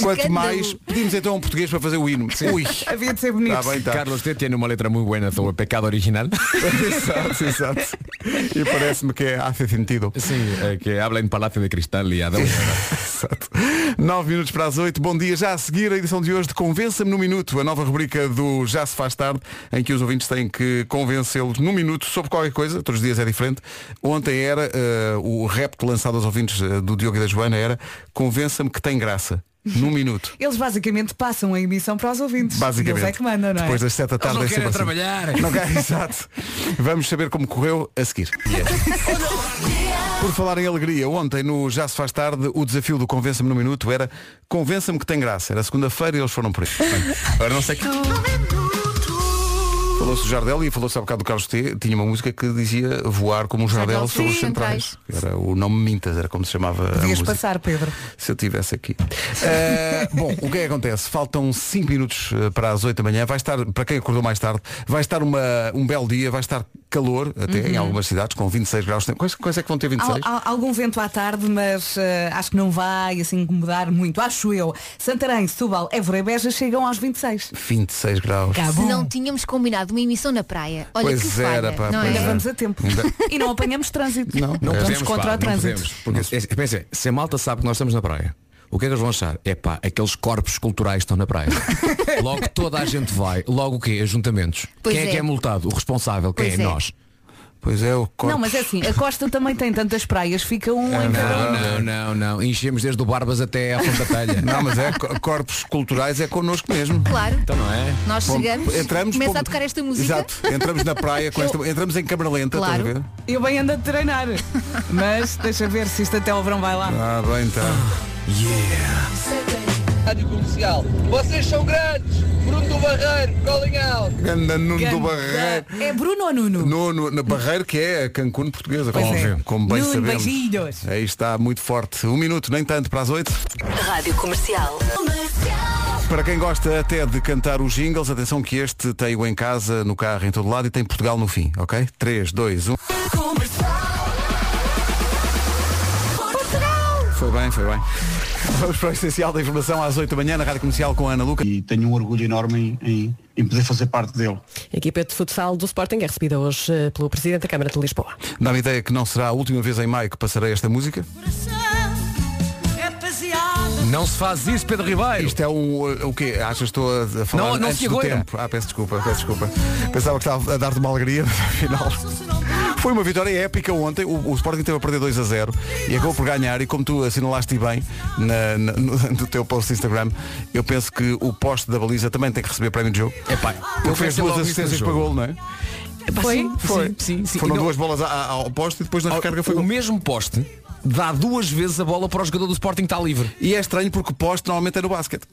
S1: Quanto mais pedimos então um português para fazer o hino. Ui, está
S2: Havia de ser bonito.
S1: bem, tá.
S9: Carlos T tem uma letra muito boa sobre o pecado original.
S1: exato, exato. E parece-me que é hace sentido.
S9: Sim, eh, que habla em Palácio de Cristal e Adão.
S1: Exato. 9 minutos para as 8. Bom dia. Já a seguir a edição de hoje de Convença-me no Minuto, a nova rubrica do Já se faz tarde, em que os ouvintes têm que convencê-los no minuto sobre qualquer coisa. Todos os dias é diferente. Ontem era eh, o repto lançado aos ouvintes eh, do Diogo e da Joana era Convença-me que tem graça. No minuto.
S2: Eles basicamente passam a emissão para os ouvintes.
S1: Basicamente.
S2: Eles é que mandam, não é?
S1: Depois das 7 da
S9: Eles
S1: tarde
S9: não
S1: é sempre
S9: querem
S1: assim.
S9: trabalhar.
S1: Não quer, exato. Vamos saber como correu a seguir. Por falar em alegria, ontem no Já se faz tarde, o desafio do Convença-me no Minuto era Convença-me que tem graça. Era segunda-feira e eles foram por aí. Bem,
S3: Agora não sei que.
S1: Falou-se do Jardel e falou-se há bocado do Carlos T. Tinha uma música que dizia voar como um Jardel
S4: Jardel
S1: sobre os
S4: sim,
S1: centrais. Era o nome Mintas, era como se chamava a
S2: Podias
S1: música.
S2: passar, Pedro.
S1: Se eu tivesse aqui. Eh, bom, o que é que acontece? Faltam 5 minutos eh, para as 8 da manhã. Vai estar, para quem acordou mais tarde, vai estar uma, um belo dia, vai estar calor, até
S4: Uhum.
S1: em algumas cidades, com 26 graus. Quais, quais é que vão ter 26?
S2: Há,
S4: Ah,
S2: há algum vento à tarde, mas eh, acho que não vai assim incomodar muito. Acho eu. Santarém, Setúbal, Évora e Beja chegam aos
S4: ah.
S2: 26.
S1: 26 graus.
S2: Cá
S4: Se
S2: bom.
S4: não tínhamos combinado uma emissão na praia. Olha
S1: Pois
S4: que
S1: era,
S4: falha,
S1: pá,
S4: não
S9: Pues,
S1: pois
S4: é?
S2: Ainda
S1: era.
S2: vamos a tempo.
S9: eh,
S1: Ainda-
S2: E não apanhamos trânsito.
S1: Não.
S2: não vamos
S9: podemos,
S2: contra
S9: pá,
S2: o
S9: não
S2: trânsito.
S9: podemos, porque, é, pensa, se a malta sabe que nós estamos na praia, o que é que eles vão achar? É pá, aqueles corpos culturais estão na praia. logo toda a gente vai. Logo o quê? Ajuntamentos.
S4: Pois
S9: quem é,
S4: é.
S9: que é multado? O responsável? Quem
S4: Pois
S9: é?
S4: é.
S9: Nós.
S1: Pois é, o corpo.
S2: Não, mas é assim, a costa também tem tantas praias, fica um
S1: É
S2: em cada
S9: Ah, Não, não, não, não. Enchemos desde o Barbas até à Fonte da Telha.
S1: Não, mas é co- corpos culturais é connosco mesmo.
S4: Claro.
S9: Então não é?
S4: Nós
S1: Bom,
S4: chegamos, começa
S1: pom-
S4: a tocar esta música.
S1: Exato, entramos na praia, com esta, entramos em câmara lenta,
S4: Claro.
S1: estás a ver?
S2: Eu bem ando a treinar. Mas deixa ver se isto até o verão vai lá.
S1: Ah, bem então.
S12: Rádio Comercial. Vocês são grandes! Bruno do Barreiro, calling out!
S1: Ganda Nuno do Barreiro.
S2: É Bruno ou Nuno?
S1: Nuno, na Barreiro, que é a Cancún portuguesa,
S2: Pois
S1: como,
S2: é.
S1: como bem
S2: Nuno,
S1: sabemos.
S2: beijinhos.
S1: Aí está, muito forte. Um minuto, nem tanto, para as oito.
S6: Rádio Comercial.
S1: Para quem gosta até de cantar os jingles, atenção que este tem o em casa, no carro, em todo lado e tem Portugal no fim, ok? um. 3, 2, 1. Foi bem, foi bem. Vamos para o essencial da informação às 8 da manhã na Rádio Comercial com a Ana Luca.
S11: E tenho um orgulho enorme em, em, em poder fazer parte dele.
S10: A equipa de futsal do Sporting é recebida hoje eh, pelo Presidente da Câmara de Lisboa.
S1: Dá-me ideia que não será a última vez em maio que passarei esta música.
S9: Não se faz isso, Pedro Ribeiro.
S1: Isto é um. O quê? Achas que estou a a falar
S9: Não, não
S1: antes
S9: se
S1: do
S9: agoira.
S1: tempo? Ah, peço desculpa, peço desculpa. Pensava que estava a dar-te uma alegria, mas afinal. Foi uma vitória épica ontem. O, o Sporting teve a perder 2 a 0 e acabou por ganhar. E como tu assinalaste bem na- na- no, no teu post do Instagram, eu penso que o poste da baliza também tem que receber prémio de jogo.
S9: Epá,
S1: Porque fez
S9: pensei
S1: duas
S9: logo isso no
S1: assistências para
S9: jogo.
S1: golo, não é?
S9: Epá,
S2: Foi?
S9: sim, Sim, sim, sim.
S1: Foram
S9: E não-
S1: duas bolas a- a- ao poste e depois na
S9: ao-
S1: recarga foi
S9: o
S1: golo.
S9: mesmo poste dá duas vezes a bola para o jogador do Sporting que está livre.
S1: E é estranho porque o poste normalmente é no basquete.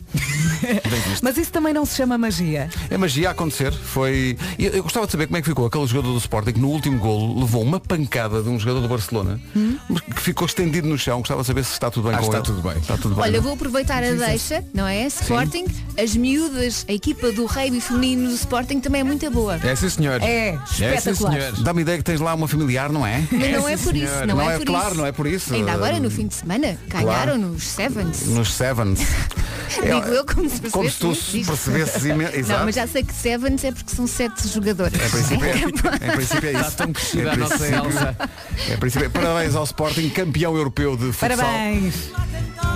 S2: Mas isso também não se chama magia.
S1: É magia a acontecer. Foi. Eu, eu gostava de saber como é que ficou aquele jogador do Sporting que no último golo levou uma pancada de um jogador do Barcelona
S4: Hum?
S1: mas que ficou estendido no chão. Gostava de saber se está tudo bem
S9: Acho
S1: com
S9: que
S1: ele.
S9: Ah, está tudo bem.
S1: Está tudo bem.
S4: Olha,
S1: não?
S4: vou aproveitar a deixa, não é? Sporting, as miúdas, a equipa do rei e feminino do Sporting também é muito boa.
S9: É sim senhor.
S2: É,
S9: é sim,
S2: espetacular.
S9: senhor.
S1: Dá-me ideia que tens lá uma familiar, não é?
S4: Mas não é por
S1: senhora.
S4: isso, não,
S1: Não
S4: é,
S1: é
S4: por
S1: claro,
S4: isso.
S1: não é por isso.
S4: Ainda agora, no fim de semana, ganharam nos Sevens.
S1: Nos Sevens.
S4: Digo eu como se percebesse.
S1: É Como se tu
S4: muito disto.
S1: percebesses imen-
S4: Não,
S1: exato.
S4: mas já sei que Sevens é porque são sete jogadores.
S1: Em princípio, é, em princípio é isso.
S9: Está tão crescida
S1: Em
S9: a nossa
S1: princípio-
S9: Elsa.
S1: em princípio- é- parabéns ao Sporting, campeão europeu de futsal.
S2: Parabéns.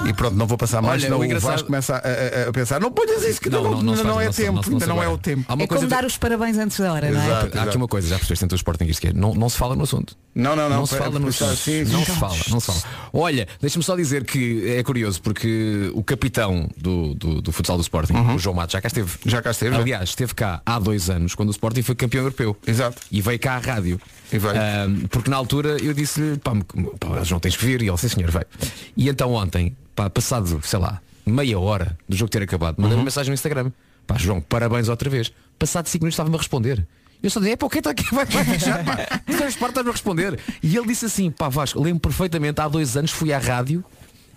S1: E pronto, não vou passar mais,
S9: Olha,
S1: senão
S9: o
S1: o,
S9: engraçado-
S1: Vasco começa a, a- a pensar, não ponhas isso que
S9: Não,
S1: não,
S9: não, não se
S1: ainda não
S9: faz,
S1: é
S9: não se-
S1: tempo,
S9: não se- não
S1: ainda
S9: se
S1: não é
S9: agora.
S1: o tempo.
S9: Há uma
S2: É como dar os parabéns antes da hora, não é?
S1: Exato,
S9: Há aqui
S1: exato.
S9: uma coisa, já percebeste entre o Sporting e é não, não se fala no assunto.
S1: Não, não, É não.
S9: Não se
S1: para-
S9: fala no
S1: para-
S9: assunto.
S1: sim,
S9: Não
S1: sim.
S9: se fala, não se fala. Olha, deixa-me só dizer que é curioso porque o capitão do, do, do futsal do Sporting, o João Matos, já cá esteve.
S1: Uhum. Já cá esteve, já.
S9: Aliás, esteve cá há dois anos, quando o Sporting foi campeão europeu.
S1: Exato.
S9: E veio cá à rádio.
S1: E veio.
S9: Ahm, porque na altura eu disse-lhe, pá, me- pá, João, tens que vir. E ele, sim senhor, veio. E então ontem, pá, passado, sei lá, meia hora do jogo ter acabado,
S1: Uhum.
S9: mandei uma mensagem no Instagram. Pá, João, parabéns outra vez. Passado cinco minutos estava-me a responder. Eu só dizia, é para o que está aqui? Vai, vai fechar, pá. Tu sabes, pá, estás-me a responder. E ele disse assim, pá, Vasco, lembro perfeitamente, há dois anos fui à rádio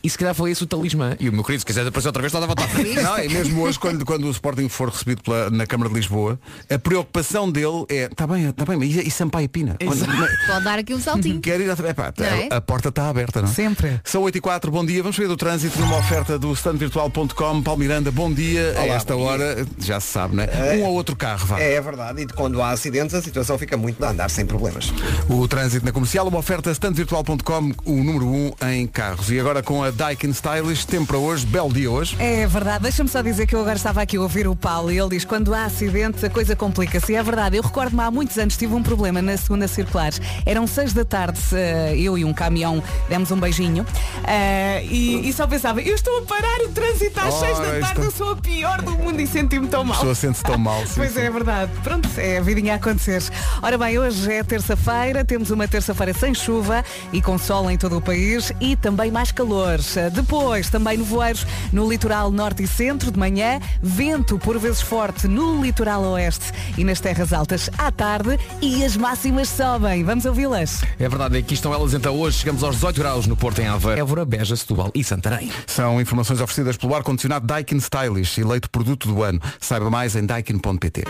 S9: e se calhar falei isso o talismã. E o meu querido, se quiseres aparecer outra vez, estás a voltar.
S1: Não, e mesmo hoje, quando, quando o Sporting for recebido pela- na Câmara de Lisboa, a preocupação dele é, está bem, está bem, mas e, e Sampaio Pina?
S4: Pode dar aqui um saltinho.
S1: Quer ir a, epá, tá,
S4: Não é?
S1: a, a porta está aberta, não é?
S2: Sempre.
S1: São 8 e 4, bom dia. Vamos ver do trânsito numa oferta do standvirtual.com. Palmiranda, bom dia. a
S8: Olá,
S1: esta
S8: bom dia.
S1: hora, já se sabe, né?
S9: É.
S1: Um ou outro carro, vá.
S8: É, é verdade, e de quando há acidentes a situação fica muito de andar sem problemas.
S1: O trânsito na comercial, uma oferta standvirtual.com, o número 1 um em carros. E agora com a Daikin Stylish, tempo para hoje, belo dia hoje.
S2: É verdade, deixa-me só dizer que eu agora estava aqui a ouvir o Paulo e ele diz quando há acidente a coisa complica-se. E É verdade, eu recordo-me há muitos anos tive um problema na segunda circular. Eram seis da tarde, eh, eu e um caminhão demos um beijinho eh, e, e só pensava, eu estou a parar o trânsito às
S1: Ora,
S2: seis da tarde,
S1: está.
S2: eu sou a pior do mundo e senti-me tão
S1: A
S2: mal.
S1: pessoa sente-se tão mal. sim,
S2: Pois
S1: sim.
S2: é, é verdade. Pronto, é a vidinha a acontecer. Ora bem, hoje é terça-feira, temos uma terça-feira sem chuva e com sol em todo o país e também mais calor. Depois, também nevoeiros no litoral norte e centro de manhã, vento por vezes forte no litoral oeste e nas terras altas à tarde e as máximas sobem. Vamos ouvi-las.
S9: É verdade, aqui estão elas então hoje. Chegamos aos 18 graus no Porto em Aveiro, Évora, Beja, Setúbal e Santarém.
S1: São informações oferecidas pelo ar-condicionado Daikin Stylish, eleito produto do ano. Saiba mais em daikin.pt.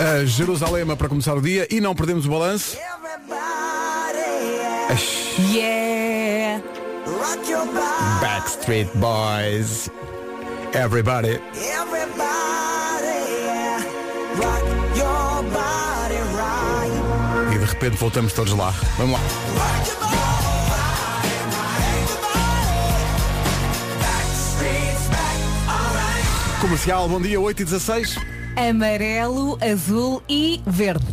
S1: A Jerusalema para começar o dia e não perdemos o balanço. As
S2: Yeah!
S1: Backstreet Boys. Everybody. E de repente voltamos todos lá. Vamos lá. Comercial, bom dia, 8 e 16.
S2: Amarelo, azul e verde.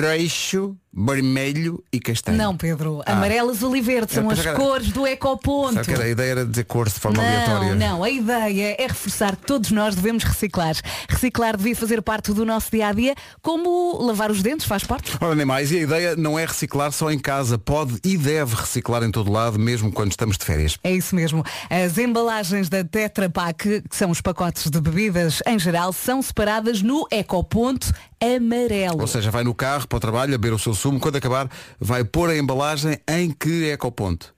S1: Reixo, vermelho e castanho.
S2: Não, Pedro. Amarelo, azul e verde são
S1: Ah. Eu
S2: as
S1: pensava que é era-
S2: cores do ecoponto.
S1: Sabe que era- a ideia era dizer cores de forma
S2: Não,
S1: aleatória.
S2: não, a ideia é reforçar que todos nós devemos reciclar. Reciclar devia fazer parte do nosso dia a dia, como lavar os dentes faz parte.
S1: Ora, nem mais, e a ideia não é reciclar só em casa, pode e deve reciclar em todo lado, mesmo quando estamos de férias.
S2: É isso mesmo. As embalagens da Tetra Pak, que são os pacotes de bebidas em geral, são separadas no ecoponto amarelo.
S1: Ou seja, vai no carro para o trabalho, a beber o seu sumo, quando acabar, vai pôr a embalagem em que é ecoponto?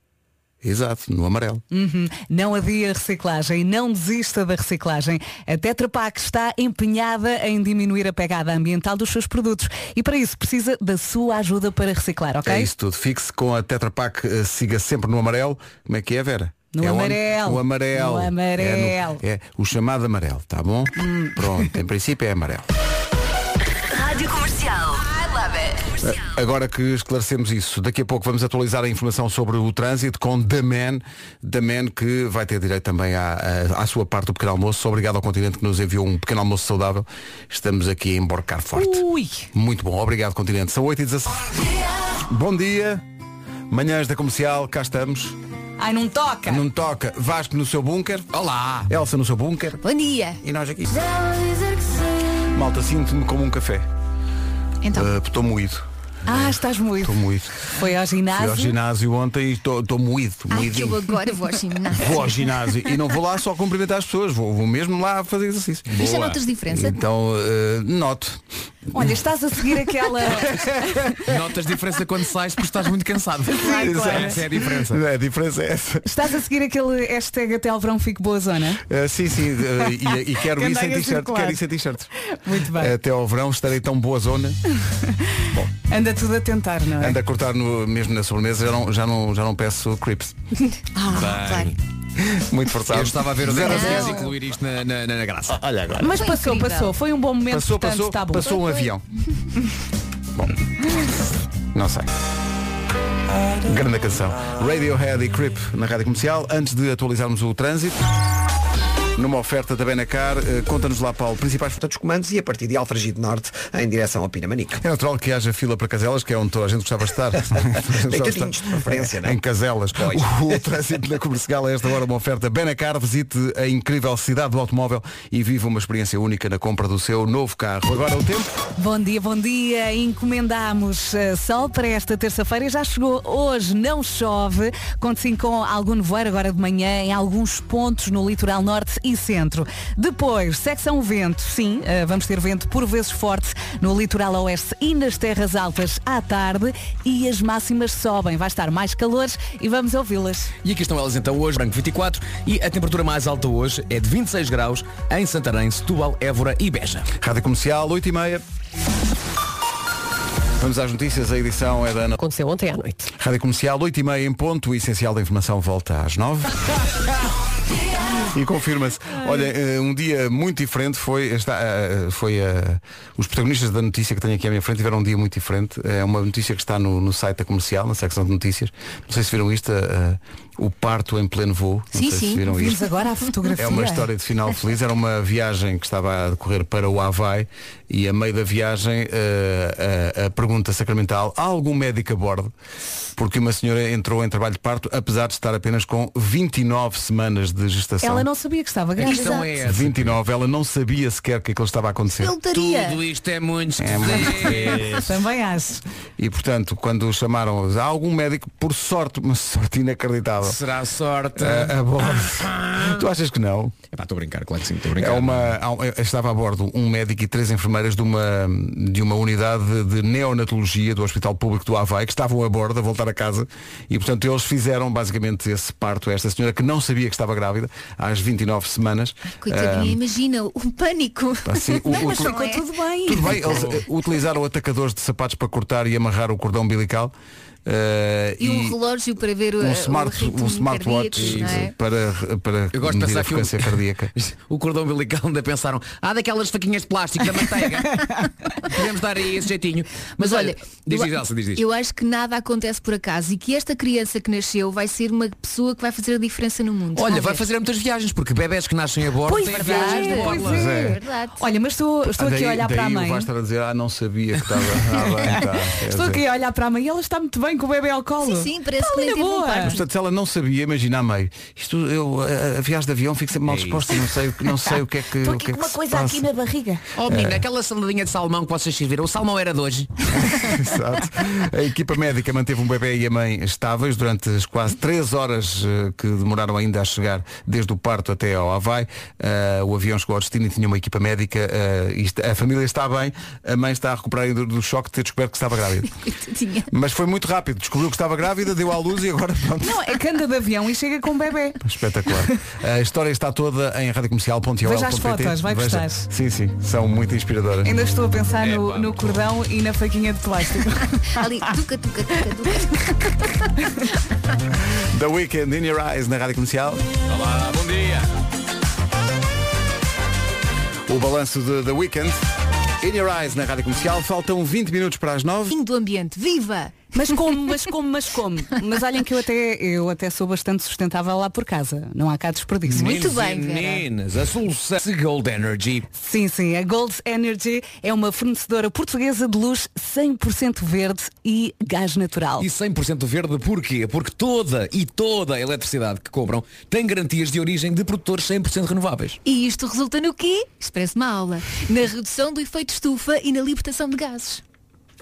S1: Exato, no amarelo.
S2: Uhum. Não adia a reciclagem, não desista da reciclagem. A Tetra Pak está empenhada em diminuir a pegada ambiental dos seus produtos e para isso precisa da sua ajuda para reciclar, ok?
S1: É isso tudo. Fixe com a Tetra Pak, eh, siga sempre no amarelo. Como é que é, Vera?
S2: No
S1: É onde?
S2: amarelo.
S1: O amarelo.
S2: No amarelo. Hum.
S1: É, no- é o chamado amarelo, tá bom? Pronto, em princípio é amarelo.
S6: Rádio Comercial. I love it. Comercial.
S1: Eh, Agora que esclarecemos isso, daqui a pouco vamos atualizar a informação sobre o trânsito com The Man, The Man que vai ter direito também à, à- à sua parte do pequeno almoço. Obrigado ao Continente que nos enviou um pequeno almoço saudável. Estamos aqui a embarcar forte.
S2: Ui!
S1: Muito bom, obrigado Continente. São 8 e 17 Bom dia, manhãs da comercial, cá estamos.
S2: Ai, não toca!
S1: Não toca Vasco no seu bunker. Olá! Elsa no seu bunker.
S4: Bom dia.
S1: E nós aqui. Malta, sinto-me como um café.
S4: Então,
S1: Eh, Estou moído.
S2: Ah, estás
S1: Estou
S2: moído.
S1: moído.
S2: Foi ao
S1: Fui ao
S2: ginásio.
S1: ginásio ontem e estou estou moído.
S4: ai que eu
S1: moidinho.
S4: agora vou ao ginásio.
S1: Vou ao ginásio e não vou lá só cumprimentar as pessoas, vou, vou mesmo lá fazer exercício.
S4: Deixa
S1: Boa.
S4: notas de é diferença?
S1: Então, eh, noto.
S2: Olha, estás a seguir aquela.
S9: Notas de diferença quando sais porque estás muito cansado.
S2: Ai, claro.
S9: Essa é a diferença.
S1: É, a diferença é essa.
S2: Estás a seguir aquele hashtag até ao verão fico boa zona.
S1: Eh, sim, sim, eh, e, e quero
S2: Que
S1: isso
S2: andai
S1: em
S2: a
S1: t-shirt,
S2: circular.
S1: quero isso em t-shirt.
S2: Muito bem.
S1: Até ao verão estarei tão boa zona.
S2: Anda tudo a tentar, não é?
S1: Ando a cortar no, mesmo na sobremesa, já não, já não, já não peço crips.
S4: Ah, claro.
S9: Muito forçado. Eu estava a ver é o
S2: Zero a
S9: Zero
S2: zero.
S9: incluir isto na, na, na- na graça.
S1: Olha agora.
S2: Mas passou, passou. Foi um bom momento,
S1: Passou,
S2: portanto,
S1: passou,
S2: está bom.
S1: passou um avião. Não sei. Grande canção. Radiohead e Creep na rádio comercial. Antes de atualizarmos o trânsito. Numa oferta da Benacar, eh, conta-nos lá, Paulo, principais
S8: dos comandos e a partir de Alfragido Norte em direção ao Pinamanique.
S1: É natural que haja fila para caselas, que é onde toda a gente gostava de estar.
S8: Deitadinhos, de preferência, não é?
S1: Em caselas. O, o trânsito na comercial é esta hora uma oferta Benacar. Visite a incrível cidade do automóvel e viva uma experiência única na compra do seu novo carro. Agora o tempo.
S2: Bom dia, bom dia. Encomendamos eh, sol para esta terça-feira. Já chegou hoje, não chove. Conto sim com algum nevoeiro agora de manhã em alguns pontos no litoral norte e centro. Depois, secção vento. Sim, eh, vamos ter vento por vezes forte no litoral oeste e nas terras altas à tarde. E as máximas sobem. Vai estar mais calor e vamos ouvi-las.
S9: E aqui estão elas então hoje, Branco 24 e a temperatura mais alta hoje é de 26 graus em Santarém, Setúbal, Évora e Beja.
S1: Rádio Comercial, 8 e meia. Vamos às notícias, a edição é da Ana.
S10: Aconteceu ontem à noite.
S1: Rádio Comercial, 8 e meia em ponto, o essencial da informação volta às 9.
S9: É.
S1: E confirma-se. Olha, eh, um dia muito diferente foi, esta, eh, foi eh, os protagonistas da notícia que tenho aqui à minha frente tiveram um dia muito diferente. É uma notícia que está no, no site da comercial, na secção de notícias. Não sei se viram isto, eh, o parto em pleno voo. Não
S2: sim,
S1: sei
S2: sim.
S1: se viram
S2: Vimos
S1: isto.
S2: agora a fotografia.
S1: É uma história de final feliz. Era uma viagem que estava a decorrer para o Havaí e a meio da viagem eh, a, a pergunta sacramental, há algum médico a bordo? Porque uma senhora entrou em trabalho de parto, apesar de estar apenas com 29 semanas de gestação.
S2: Ela não sabia que estava grávida.
S9: questão é essa.
S1: 29, ela não sabia sequer que aquilo estava a acontecer.
S2: Ele estaria.
S9: Tudo isto é muito
S1: É muito
S9: esquisito.
S2: Também acho.
S1: E portanto, quando o chamaram, há algum médico, por sorte, uma sorte inacreditável.
S9: Será sorte?
S1: A, a bordo. É, tu achas que não?
S9: Epá, estou a brincar, claro que sim, estou a
S1: É
S9: brincar.
S1: uma, há um- estava a bordo um médico e três enfermeiras de uma, de uma unidade de neonatologia do Hospital Público do Havaí, que estavam a bordo a voltar a casa e, portanto, eles fizeram basicamente esse parto a esta senhora que não sabia que estava grávida, às 29 semanas.
S4: Coitadinha,
S1: Ahm,
S4: é imagina, o pânico.
S1: Pá, sim, o- o- tu-
S4: é.
S2: tudo bem.
S1: Tudo bem, eles eh, utilizaram atacadores de sapatos para cortar e amarrar o cordão umbilical. eh,
S4: E um relógio para ver o,
S1: um
S4: o
S1: smart,
S4: ritmo
S1: um smartwatch
S4: cardíaco, não é?
S1: para, para
S9: Eu gosto de
S1: medir
S9: pensar
S1: a
S9: que
S1: frequência cardíaca.
S9: o cordão umbilical ainda pensaram, há daquelas faquinhas de plástico da manteiga. Podemos dar aí esse jeitinho. Mas, olha, diz,
S4: eu-
S9: diz, Elsa, diz, diz.
S4: Eu acho que nada acontece por acaso e que esta criança que nasceu vai ser uma pessoa que vai fazer a diferença no mundo.
S9: Olha,
S4: Vão
S9: vai
S4: ver.
S9: fazer muitas viagens, porque bebés que nascem a bordo
S2: Pois
S9: têm
S2: é,
S9: viagens de bordo.
S2: pois é.
S4: Verdade.
S2: Olha, mas estou, estou aqui
S1: daí,
S2: a olhar para a
S1: daí o
S2: mãe.
S1: Vasco estar a dizer, ah, não sabia que estava. Ah, bem, tá. Quer
S2: Estou
S1: dizer,
S2: aqui a olhar para a mãe e ela está muito bem com o bebê ao colo.
S4: Sim, sim, parece
S2: Está
S4: que
S2: ali
S4: nem
S2: na
S4: teve um
S2: boa.
S4: parto.
S1: Mas, portanto, se ela não sabia, imagina a meio. Isto, eu, a, a viagem de avião, fico sempre mal disposta, não sei, o que- não sei o que é que.
S2: Estou
S1: o
S2: aqui
S1: que é
S2: com
S1: que
S2: uma
S1: se
S2: coisa
S1: passa. É.
S2: aqui na barriga.
S9: Oh menina, aquela saladinha de salmão que vocês serviram, o salmão era de hoje.
S1: Exato. A equipa médica manteve um bebê e a mãe estáveis durante as quase três horas eh, que demoraram ainda a chegar desde o parto até ao Havaí. Eh, o avião chegou ao destino e tinha uma equipa médica. eh, e est- a família está bem, a mãe está a recuperar ainda do, do choque de ter descoberto que estava grávida.
S4: Coitadinha.
S1: Mas foi muito rápido, descobriu que estava grávida, deu à luz e agora pronto.
S2: Não, é que anda de avião e chega com um bebê.
S1: Espetacular. A história está toda em radiocomercial.ol.pt
S2: Veja as fotos, vai gostar.
S1: Sim, sim, são muito inspiradoras.
S2: Ainda estou a pensar no, no cordão e na faquinha de plástico.
S4: Ali, tuca, tuca, tuca, tuca.
S1: The Weekend in Your Eyes na Rádio Comercial.
S9: Olá, bom dia.
S1: O balanço de The Weekend in Your Eyes na Rádio Comercial. Faltam 20 minutos para as 9.
S4: Fim do ambiente, viva!
S2: Mas como, mas como, mas como? Mas olhem que eu até, eu até sou bastante sustentável lá por casa. Não há cá desperdício.
S4: Muito bem, Vera.
S9: meninas, a solução Se Gold Energy.
S2: Sim, sim. A Gold Energy é uma fornecedora portuguesa de luz 100% verde e gás natural.
S9: E 100% verde, porquê? Porque toda e toda a eletricidade que compram tem garantias de origem de produtores 100% renováveis.
S4: E isto resulta no quê? Isto parece uma aula. Na redução do efeito estufa e na libertação de gases.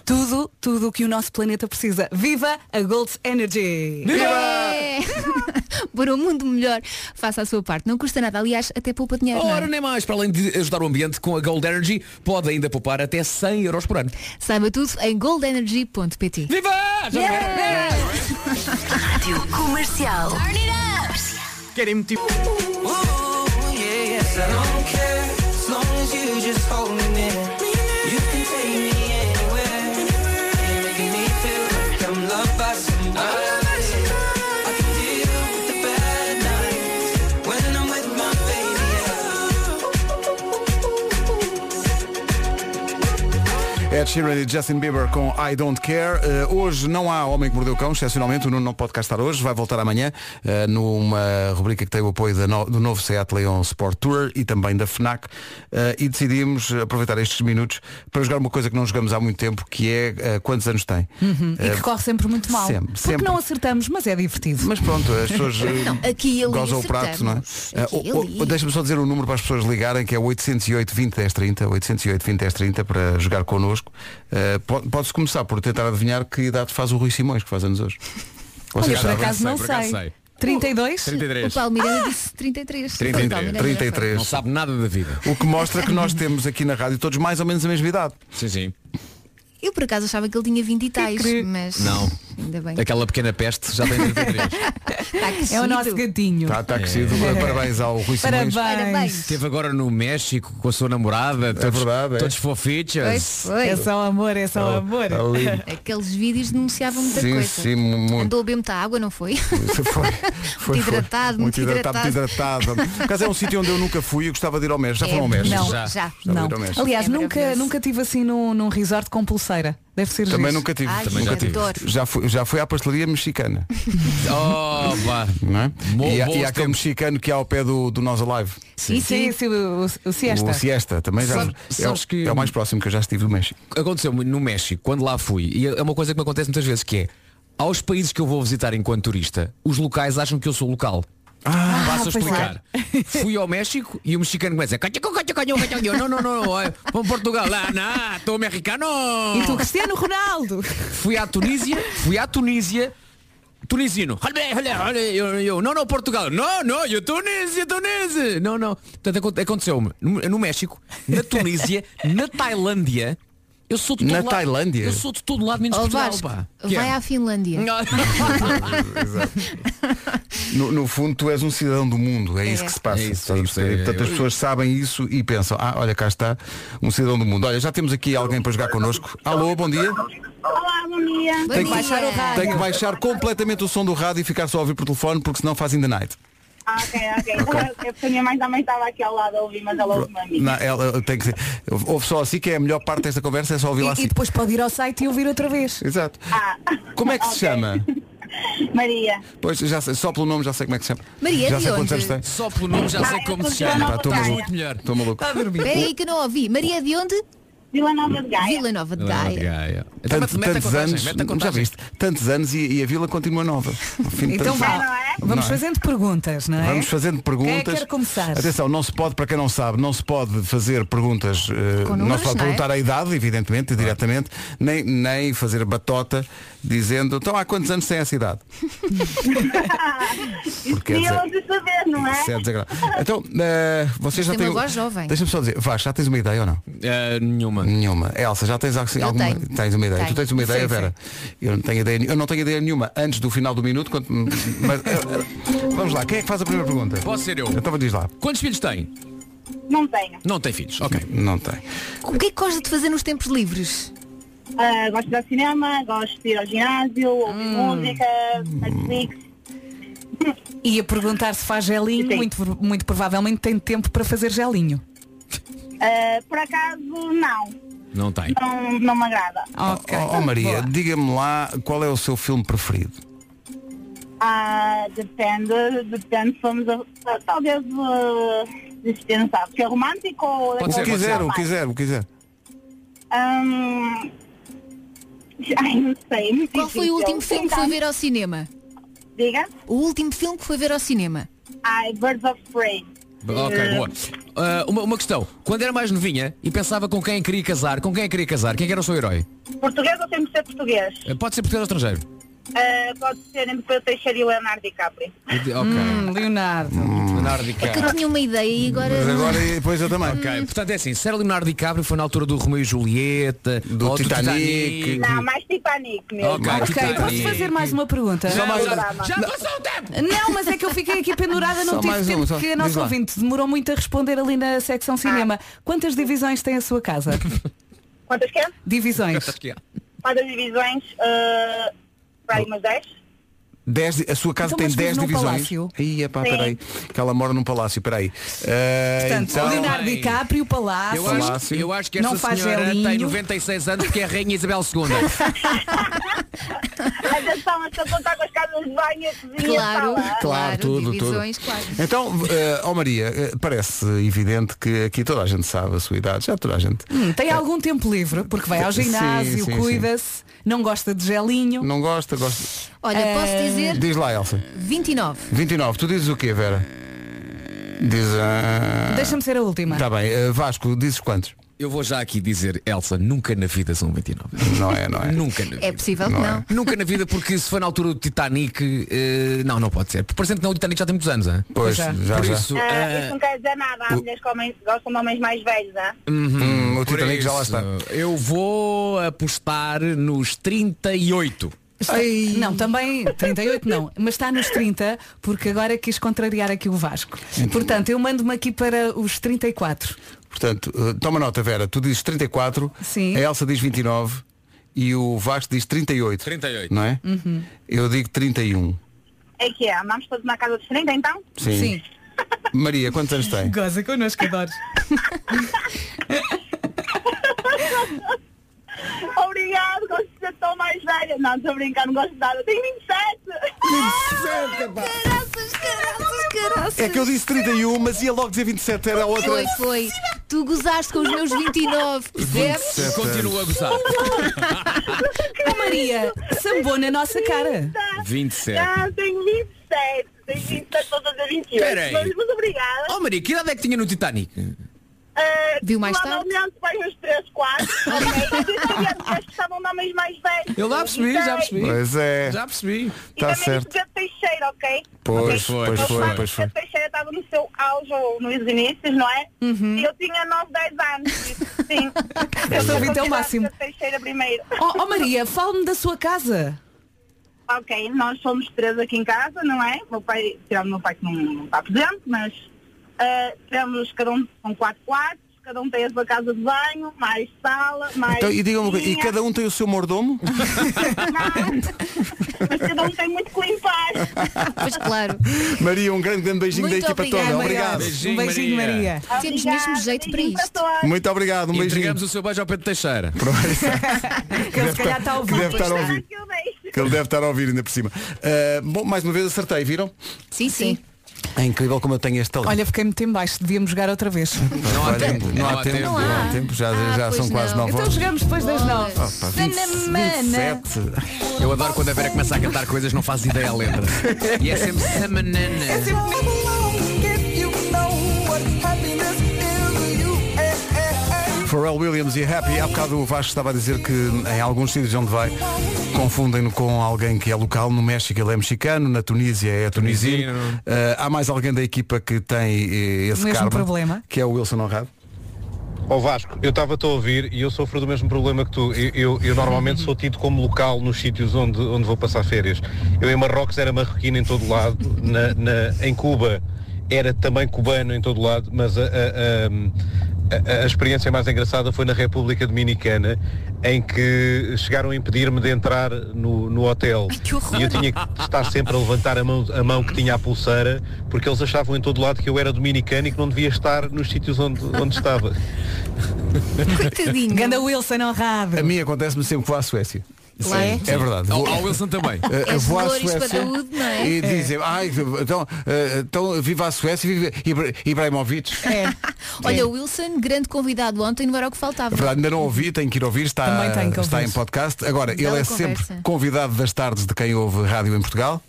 S2: Tudo, tudo o que o nosso planeta precisa. Viva a Gold Energy!
S4: É. Para um mundo melhor, faça a sua parte. Não custa nada, aliás, até poupa dinheiro. não é?
S9: Ora, nem mais, para além de ajudar o ambiente com a Gold Energy, pode ainda poupar até 100 euros por ano.
S4: Saiba tudo em goldenergy.pt.
S9: Viva! Já
S6: Rádio Comercial.
S12: Querem me tipo.
S1: Ed Sheeran e Justin Bieber com I Don't Care. Eh, hoje não há Homem que Mordeu o Cão, excepcionalmente. O Nuno não pode cá estar hoje, vai voltar amanhã eh, numa rubrica que tem o apoio da no- do novo Seat Leon Sport Tour e também da FNAC. Eh, e decidimos aproveitar estes minutos para jogar uma coisa que não jogamos há muito tempo, que é eh, quantos anos tem.
S2: Uhum, E
S1: Eh,
S2: que corre sempre muito mal.
S1: sempre,
S2: Porque
S1: sempre.
S2: não acertamos, mas é divertido.
S1: Mas pronto, as pessoas eh,
S4: Não, aqui e ali
S1: gozam o
S4: acertamos.
S1: prato, não é? Ah,
S4: Aqui e
S1: o-
S4: ali.
S1: o- Deixa-me só dizer o número para as pessoas ligarem, que é 808 20 10 30, 808 20 10 30 para jogar connosco. Ah, po- Pode-se começar por tentar adivinhar que idade faz o Rui Simões, que faz anos hoje. Ou
S2: Olha,
S1: seja,
S2: por acaso não sei. 32?
S4: O
S2: Ah!
S4: Paulo Miranda disse 33. O Paulo Miranda já foi.
S1: Não sabe nada da vida. O que mostra que nós temos aqui na rádio todos mais ou menos a mesma idade. Sim, sim.
S4: Eu por acaso achava que ele tinha 20 e tais, mas
S9: Não.
S4: ainda bem.
S9: Aquela pequena peste já tem 33.
S2: É o nosso gatinho.
S9: Está
S1: tá crescido. Parabéns ao Rui
S2: Parabéns. Parabéns.
S9: Esteve É. agora no México com a sua namorada. É todos,
S1: verdade.
S9: Todos fofichas.
S2: É só amor, é só
S9: Oh,
S2: amor.
S9: ali.
S4: Aqueles vídeos denunciavam muita
S9: Sim,
S4: coisa.
S9: sim, muito.
S4: Andou a beber muita água, não foi?
S1: Foi,
S4: muito
S1: foi.
S4: hidratado, muito,
S1: muito hidratado,
S4: hidratado.
S1: muito hidratado. Por acaso é um sítio onde eu nunca fui e gostava de ir ao México. Já
S4: É,
S1: foram ao México?
S4: não, Já. já.
S1: Gostava de
S4: Não.
S1: ir ao México.
S2: Aliás,
S4: É
S2: nunca,
S4: maravilhoso.
S2: nunca tive assim num, num resort com pulseira. Deve ser
S1: Também
S2: giro.
S1: nunca tive. também nunca tive. Já fui, já fui à pastelaria mexicana.
S9: Oh, vá.
S1: Não é?
S9: Bom-
S1: e há,
S9: bons
S1: e há aquele mexicano que há ao pé do, do Nós Alive.
S2: Sim, sim, sim, o, o- o siesta.
S1: O Siesta. Também já.
S9: Sabe-
S1: é, o-
S9: sabes que-
S1: é o mais próximo que eu já estive do México.
S9: Aconteceu no México, quando lá fui, e é uma coisa que me acontece muitas vezes, que é aos países que eu vou visitar enquanto turista, os locais acham que eu sou local.
S1: Ah,
S9: Passo a
S2: é.
S13: pois
S9: explicar. Fui ao México e o mexicano começa "Cacho, cacho, cacho, cacho", e eu, Não, não, não, não, olha, vamos a Portugal Lá, não, estou mexicano
S2: E tu, Cristiano Ronaldo.
S9: Fui à Tunísia Fui à Tunísia Tunisino "Olha, olha, olha", eu, eu, Não, não, Portugal Não, não, eu Tunísia, Tunísia Não, não Portanto, aconte- aconteceu-me no, no México Na Tunísia Na Tailândia Eu sou de todo
S1: Na
S9: lado-
S1: Tailândia?
S9: Eu sou de todo lado menos
S4: Ó,
S9: Portugal
S4: Oh, Vasco,
S9: pá. Que
S4: vai
S9: é?
S4: à Finlândia.
S1: No, no fundo, tu és um cidadão do mundo. É,
S4: É.
S1: isso que se passa.
S9: É isso,
S1: Estás a
S9: é isso,
S1: perceber?
S9: é,
S1: Portanto, as
S9: é.
S1: pessoas sabem isso e pensam, ah, olha, cá está um cidadão do mundo. Olha, já temos aqui alguém para jogar connosco. Alô, bom dia.
S14: Olá, bom dia.
S1: Tem que, tem que baixar completamente o som do rádio e ficar só a ouvir por telefone porque senão faz in the night.
S14: Ah, ok, ok. Então, É porque a minha mãe também estava aqui ao lado a ouvir, mas ela ouve-me a mim.
S1: Não, ela eh, tem que ser. Ouve só assim que é a melhor parte desta conversa, é só ouvir lá
S2: E,
S1: assim.
S2: e depois pode ir ao site e ouvir outra vez.
S1: Exato.
S14: Ah,
S1: Como é que se chama?
S14: Maria.
S1: Pois já sei, só pelo nome já sei como é que se chama.
S4: Maria,
S1: já
S4: de
S1: sei quantos
S4: onde?
S1: anos tem.
S9: Só pelo nome já sei como se chama.
S1: Pá, Estou
S9: Estás
S1: maluco.
S9: muito melhor.
S1: Estou maluco.
S2: Tá
S4: Espera aí que eu não ouvi. Maria de onde?
S14: Vila Nova de Gaia.
S4: Vila Nova
S9: é
S4: de Gaia.
S1: Tanto-
S9: mete- mete a
S1: tantos
S9: contagem,
S1: anos,
S9: mete a
S1: já
S9: contagem.
S1: viste, tantos anos e, e a vila continua nova. Ao fim de
S2: Então
S1: tantos anos.
S2: vá.
S1: Não
S2: Vamos
S1: é?
S2: fazendo perguntas, não é?
S1: Vamos fazendo perguntas.
S2: Quem é que quer começar?
S1: Atenção, não se pode, para quem não sabe, não se pode fazer perguntas, eh,
S2: Com
S1: não
S2: números,
S1: se pode
S2: não é?
S1: perguntar a idade, evidentemente, diretamente, nem, nem fazer batota dizendo, então há quantos anos tem essa idade?
S14: Isso
S1: Porque é
S14: queria
S1: dizer-
S14: hoje saber, não é?
S1: Isso é desagradável. Então, eh, vocês
S14: Mas
S1: já
S14: tem
S1: têm.
S14: uma voz jovem.
S1: Deixa-me só dizer, Vasco, já tens uma ideia ou não?
S9: Eh, nenhuma.
S1: Nenhuma. Elsa, já tens assim,
S14: Eu
S1: alguma.
S14: tenho.
S1: Tens uma ideia.
S14: Tenho.
S1: Tu tens uma ideia,
S14: Sim,
S1: Vera? Eu não tenho ideia nenhuma. Eu não tenho ideia nenhuma antes do final do minuto. quando- mas, eh, vamos lá, quem é que faz a primeira pergunta?
S9: Posso ser eu.
S1: Então diz lá.
S9: Quantos filhos tem?
S14: Não tenho.
S9: Não tem filhos, ok.
S1: Não tem.
S4: O que é que gosta de fazer nos tempos livres?
S14: Ah, gosto de ir ao cinema, gosto de ir ao ginásio, ouvir
S4: Hum.
S14: música, Netflix.
S2: E a perguntar se faz gelinho, muito, muito provavelmente tem tempo para fazer gelinho.
S14: Ah, por acaso, não.
S9: Não tem.
S14: Não, não me agrada.
S2: Ok.
S1: Ó ó, Oh, Maria, diga-me lá qual é o seu filme preferido. oh.
S14: Ah, depende, depende. Fomos a, a- talvez ah, deixa eu pensar, porque é romântico ou
S1: o que
S14: daqueles
S1: quiser, o que
S14: normais?
S1: quiser, o que quiser.
S14: Hum, Ai, não sei. muito
S4: Qual foi
S14: difícil.
S4: o último filme que foi ver ao cinema?
S14: Diga.
S4: O último filme que foi ver ao cinema?
S14: Ai, Birds of Prey.
S4: Eh.
S9: Ok, boa. Ah, uma, uma questão. Quando era mais novinha e pensava com quem queria casar, com quem queria casar, quem é que era o seu herói?
S14: Português ou tem de ser português?
S9: Eh, Pode ser português ou estrangeiro?
S14: Ah, pode ser entre Pedro Teixeira e Leonardo DiCaprio.
S9: Ok.
S2: Leonardo.
S9: Leonardo
S4: Hum. É que eu
S9: DiCaprio.
S4: tinha uma ideia e agora.
S1: depois eu também.
S9: Ok, portanto é assim, se era Leonardo DiCaprio foi na altura do Romeu e Julieta, ou do
S1: Titanic.
S14: Não, mais Titanic mesmo.
S9: Ok,
S2: Ok,
S9: Titanic.
S2: posso fazer mais uma pergunta?
S9: Só
S1: um.
S9: mais uma.
S2: Já passou o tempo! Não, mas é que eu fiquei aqui pendurada,
S9: Só
S2: não tive
S9: mais
S2: tempo,
S1: um,
S9: uma, só.
S2: porque a
S9: Diz
S2: nossa
S9: lá.
S2: ouvinte demorou muito a responder ali na secção cinema. Quantas divisões tem a sua casa?
S14: Ah. Quantas quer?
S2: Divisões.
S14: eh, Para as divisões, ah, para aí umas 10.
S1: Dez di- a sua casa
S2: Então,
S1: tem
S2: mas vive
S1: 10
S2: num
S1: divisões.
S2: palácio?
S1: Ih, epá,
S2: Sim.
S1: peraí. Que ela mora num palácio, peraí. Ah,
S2: Portanto,
S1: então-
S2: Leonardo DiCaprio, Palácio.
S1: Eu acho- eu acho
S9: que esta
S2: não faz
S9: senhora tem
S2: gelinho.
S9: 96 anos porque é a Rainha Isabel II.
S14: Atenção, estou a contar com as casas de banho, a cozinha,
S4: Claro.
S14: a sala.
S1: Claro, tudo,
S4: divisões,
S1: tudo.
S4: claro.
S1: Então, eh, ó Maria, eh, parece evidente que aqui toda a gente sabe a sua idade, já toda a gente.
S2: Hum, tem algum tempo livre, porque vai ao
S1: É. Sim,
S2: ginásio,
S1: sim, sim.
S2: cuida-se, não gosta de gelinho.
S1: Não gosta, gosta.
S4: Olha, posso dizer
S1: Diz lá, Elsa.
S4: 29.
S1: 29, tu dizes o quê, Vera? Diz a.
S2: Deixa-me ser a última.
S1: Tá bem, eh, Vasco, dizes quantos?
S9: Eu vou já aqui dizer, Elsa, nunca na vida são 29.
S1: Não é, não é?
S9: Nunca na vida.
S4: É possível que não.
S9: Nunca na vida, porque se for na altura do Titanic, eh, não, não pode ser. Porque parece que não, o Titanic já tem muitos anos, hein?
S1: Pois, Já. já,
S9: Por
S1: já.
S9: isso,
S14: Ah,
S9: eh,
S14: isso não quer dizer nada. Há
S9: o-
S14: mulheres que homens- gostam de homens mais velhos, hã?
S9: uhum,
S1: Hum, o
S9: por
S1: Titanic já lá está.
S9: Eu vou apostar nos 38.
S2: Está- Não, também 38 não, mas está nos 30 porque agora quis contrariar aqui o Vasco. Portanto, eu mando-me aqui para os 34.
S1: Portanto, eh, toma nota, Vera, tu dizes 34,
S2: Sim.
S1: a Elsa diz 29 e o Vasco diz 38.
S9: 38.
S1: Não é?
S14: Uhum.
S1: Eu digo 31.
S14: É que é, vamos todos na casa diferente então?
S1: Sim. Sim. Maria, quantos anos tem?
S2: Goza connosco, adores.
S14: Obrigado, gosto de ser tão mais velha. Não, estou a brincar, não gosto de nada. Tenho 27.
S1: 27, pá. É que eu disse 31, mas ia logo dizer 27, era a outra.
S4: Foi, foi. Tu gozaste com os meus 29, percebes?
S9: Continua a gozar.
S2: A Maria sambou na nossa cara.
S9: 27.
S14: Ah, tenho 27. Tenho 27, estou a fazer 28.
S9: Peraí.
S14: Mas, mas obrigada.
S9: Oh Maria, que idade é que tinha no Titanic?
S4: Viu mais
S14: Provavelmente Ah, vai nos 3, 4. Ok. E acho que estavam homens mais velhos. Então,
S9: Eu já percebi, já percebi.
S1: Pois é.
S9: Já percebi.
S14: E
S1: Está
S14: também
S1: certo.
S14: o Pedro Teixeira, ok? Então,
S1: Pois,
S9: foi, pois
S1: pois foi,
S9: foi.
S1: pois
S14: O
S1: foi.
S14: Pedro Teixeira estava no seu auge ou nos inícios, não é? E eu tinha 9, 10 anos. Sim.
S2: Uhum.
S14: Então,
S2: Eu sou
S14: vou
S2: o Vitor
S14: convidar
S2: Máximo.
S14: o Pedro Teixeira primeiro.
S2: Oh, oh, Maria, fale-me da sua casa.
S14: Ok, nós somos três aqui em casa, não é? Meu pai, tirando o meu pai que não, não está presente, mas ah, temos cada um com quatro quartos, cada um tem a sua casa de banho, mais sala, é mais.
S1: Então, e digam-me, uma coisa, e
S14: cozinha.
S1: cada um tem o seu mordomo?
S14: Mas cada um tem muito que limpar.
S4: Pois claro.
S1: Maria, um grande, grande beijinho
S4: Muito
S1: da equipa toda.
S4: obrigada, Maria. Um
S1: Obrigado.
S9: Beijinho, Beijinho, Maria. Maria.
S4: Temos mesmo jeito para isto.
S1: Muito obrigado, um beijinho.
S9: Entregamos o seu beijo ao Pedro Teixeira.
S2: Que ele se calhar está a
S1: Que
S2: ouvir.
S1: deve estar a ouvir. Que ele deve estar a ouvir ainda por cima. Ah, bom, mais uma vez acertei, viram?
S4: Sim, sim.
S1: É incrível como eu tenho este talento.
S2: Olha, fiquei muito em baixo, devíamos jogar outra vez.
S1: não há tempo, não há tempo,
S4: Não há.
S1: não há tempo, já, já
S4: Ah, pois
S1: são quase
S4: não.
S1: nove
S2: Então
S1: horas.
S2: jogamos depois das nove.
S1: Ah, pá, vinte-
S2: Sanamana.
S1: 27.
S9: Eu adoro quando a Vera começa a cantar coisas, não faz ideia à letra. E é sempre
S2: É
S9: semanana.
S1: Pharrell Williams e Happy, há bocado o Vasco estava a dizer que em alguns sítios onde vai confundem-no com alguém que é local, no México ele é mexicano, na Tunísia é tunisino.
S9: Tunisino.
S1: Ah, há mais alguém da equipa que tem eh, esse
S2: Mesmo
S1: karma,
S2: problema.
S1: que é o Wilson Honrado.
S13: Ó Vasco, eu estava-te a ouvir e eu sofro do mesmo problema que tu. Eu, eu- eu normalmente sou tido como local nos sítios onde, onde vou passar férias. Eu em Marrocos era marroquino em todo lado, na, na- em Cuba era também cubano em todo lado, mas a, a- a- a- a experiência mais engraçada foi na República Dominicana, em que chegaram a impedir-me de entrar no, no hotel.
S4: que horror!
S13: e eu tinha que estar sempre a levantar a mão, a mão que tinha a pulseira, porque eles achavam em todo lado que eu era dominicano e que não devia estar nos sítios onde, onde estava.
S4: Coitadinho.
S2: Ganda Wilson honrado.
S1: A mim acontece-me sempre que vou à Suécia.
S4: Lá é?
S1: É verdade.
S9: Ao, ao Wilson também.
S1: Eh,
S4: És
S1: vou à
S4: Louro e
S1: Suécia
S4: espadaúdo, não é?
S1: e dizem, ai, então, eh, então viva a Suécia, viva Ibra- Ibrahimovic.
S2: É.
S4: Olha, o Wilson, grande convidado ontem, não era o que
S1: É
S4: faltava.
S1: verdade, ainda não ouvi, tenho que ir ouvir, está,
S2: Também tenho que
S1: está
S2: ouvir.
S1: em podcast. Agora, ele
S4: Bela
S1: é
S4: conversa.
S1: sempre convidado das tardes de quem ouve rádio em Portugal.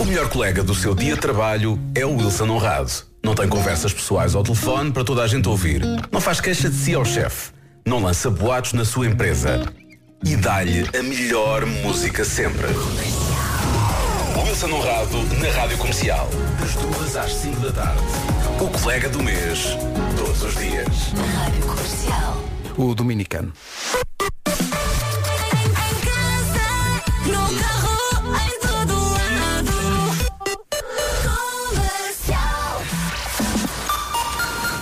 S3: O melhor colega do seu dia de trabalho é o Wilson Honrado. Não tem conversas pessoais ao telefone para toda a gente ouvir. Não faz queixa de si ao chefe. Não lança boatos na sua empresa. E dá-lhe a melhor música sempre. Wilson Honrado na Rádio Comercial. Das duas às 5 da tarde. O colega do mês. Todos os dias.
S6: Rádio Comercial.
S1: O dominicano.
S6: No carro, em todo lado. Comercial.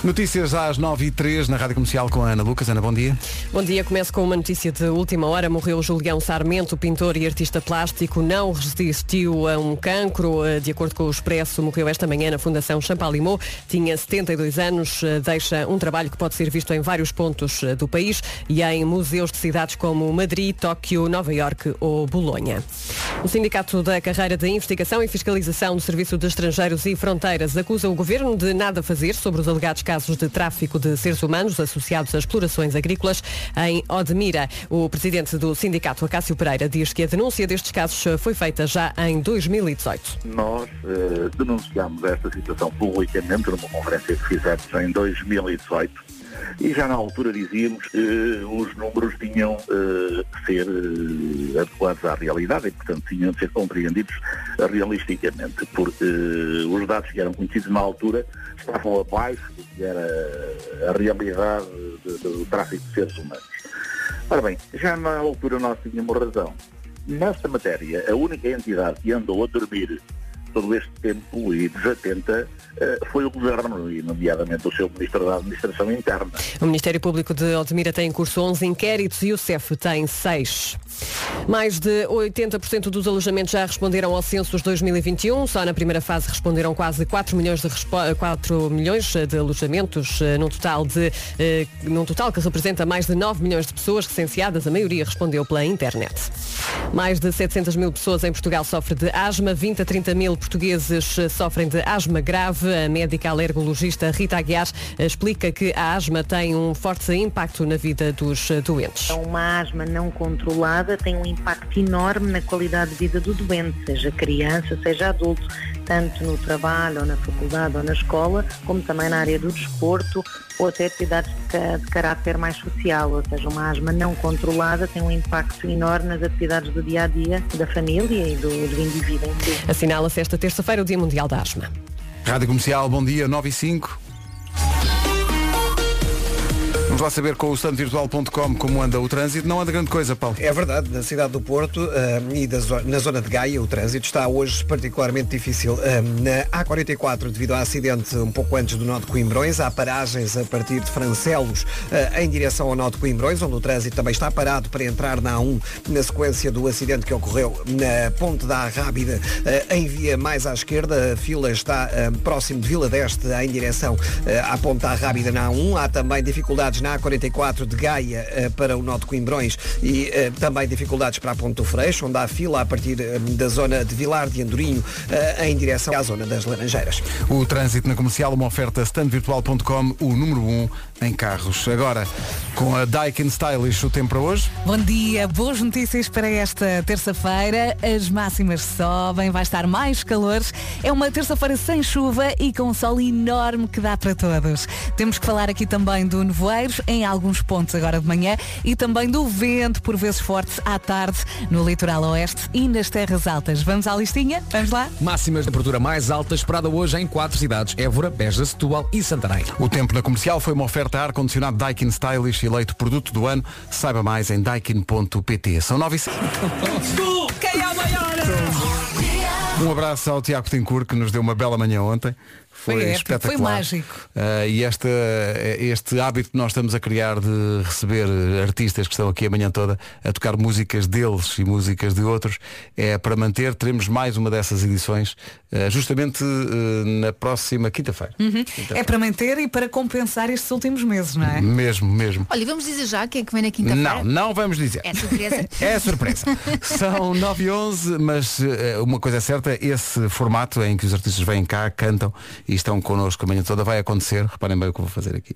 S1: Notícias às 9 e 3 na Rádio Comercial com a Ana Lucas. Ana, bom dia.
S10: Bom dia, começo com uma notícia de última hora. Morreu Julião Sarmento, pintor e artista plástico. Não resistiu a um cancro. Eh, De acordo com o Expresso, morreu esta manhã na Fundação Champalimau. Tinha 72 anos. eh, Deixa um trabalho que pode ser visto em vários pontos eh, do país e em museus de cidades como Madrid, Tóquio, Nova Iorque ou Bolonha. O Sindicato da Carreira de Investigação e Fiscalização do Serviço de Estrangeiros e Fronteiras acusa o governo de nada fazer sobre os alegados casos de tráfico de seres humanos associados a explorações agrícolas em Odmira. O presidente do sindicato, Acácio Pereira, diz que a denúncia destes casos foi feita já em 2018.
S15: Nós eh, denunciámos esta situação publicamente numa conferência que fizemos em 2018 e já na altura dizíamos que os números tinham eh, que ser eh, adequados à realidade e, portanto, tinham de ser compreendidos realisticamente, porque eh, os dados que eram conhecidos na altura estavam abaixo do que era a realidade de- do tráfico de seres humanos. Ora bem, já na altura nós tínhamos razão. Nesta matéria, a única entidade que andou a dormir todo este tempo e desatenta eh, foi o Governo, e nomeadamente o seu Ministro da Administração Interna.
S10: O Ministério Público de Odmira tem em curso 11 inquéritos e o CEF tem 6. Mais de 80% dos alojamentos já responderam ao Censos 2021. Só na primeira fase responderam quase 4 milhões de, respo- eh, 4 milhões de alojamentos, eh, num total, de, eh, num total que representa mais de 9 milhões de pessoas recenseadas. A maioria respondeu pela internet. Mais de 700 mil pessoas em Portugal sofrem de asma. 20 a 30 mil portugueses eh, sofrem de asma grave. A médica alergologista Rita Aguiar eh, explica que a asma tem um forte impacto na vida dos eh, doentes.
S16: É uma asma não controlada, tem um impacto enorme na qualidade de vida do doente, seja criança, seja adulto, tanto no trabalho, ou na faculdade, ou na escola, como também na área do desporto, ou até atividades de, ca- de caráter mais social, ou seja, uma asma não controlada tem um impacto enorme nas atividades do dia a dia, da família e do, do indivíduo em si.
S10: Assinala-se esta terça-feira o Dia Mundial da Asma.
S1: Rádio Comercial, bom dia, 9 e 5. Vamos lá saber com o standvirtual.com como anda o trânsito. Não anda grande coisa, Paulo.
S8: É verdade, na cidade do Porto eh, e da zo- na zona de Gaia o trânsito está hoje particularmente difícil. Eh, na A44, devido a acidente um pouco antes do nó de Coimbrões, há paragens a partir de Francelos eh, em direção ao nó de Coimbrões, onde o trânsito também está parado para entrar na A1 na sequência do acidente que ocorreu na Ponte da Arrábida, eh, em via mais à esquerda. A fila está eh, próximo de Vila Deste em direção eh, à Ponte da Arrábida na A1. Há também dificuldades na A44 de Gaia eh, para o nó de Coimbrões e eh, também dificuldades para a Ponte do Freixo, onde há fila a partir eh, da zona de Vilar de Andorinho eh, em direção à zona das Laranjeiras.
S1: O trânsito na comercial, uma oferta standvirtual.com, o número 1 em carros. Agora, com a Daikin Stylish, o tempo para hoje.
S2: Bom dia, boas notícias para esta terça-feira. As máximas sobem, vai estar mais calor. É uma terça-feira sem chuva e com um sol enorme que dá para todos. Temos que falar aqui também do nevoeiro em alguns pontos agora de manhã e também do vento, por vezes forte, à tarde no litoral oeste e nas terras altas. Vamos à listinha? Vamos lá?
S9: Máximas de temperatura mais alta esperada hoje em quatro cidades. Évora, Beja, Setúbal e Santarém.
S1: O tempo na comercial foi uma oferta a ar-condicionado Daikin Stylish, eleito produto do ano. Saiba mais em daikin.pt. São 9 e 5.
S2: Quem é o maior?
S1: Um abraço ao Tiago Tencourt que nos deu uma bela manhã ontem. Foi,
S2: Foi épico,
S1: espetacular.
S2: foi mágico.
S1: Ah, e esta, este hábito que nós estamos a criar de receber eh, artistas que estão aqui a manhã toda a tocar músicas deles e músicas de outros é para manter. Teremos mais uma dessas edições ah, justamente ah, na próxima quinta-feira.
S2: Uhum. É para manter e para compensar estes últimos meses, não é?
S1: Mesmo, mesmo.
S4: Olha, vamos dizer já quem é que vem na
S1: Não,
S4: quinta-feira?
S1: não vamos dizer.
S4: É surpresa.
S1: É surpresa. São 9 e 11, mas eh, uma coisa é certa, esse formato em que os artistas vêm cá, cantam e estão connosco a manhã toda vai acontecer. Reparem bem o que eu vou fazer aqui.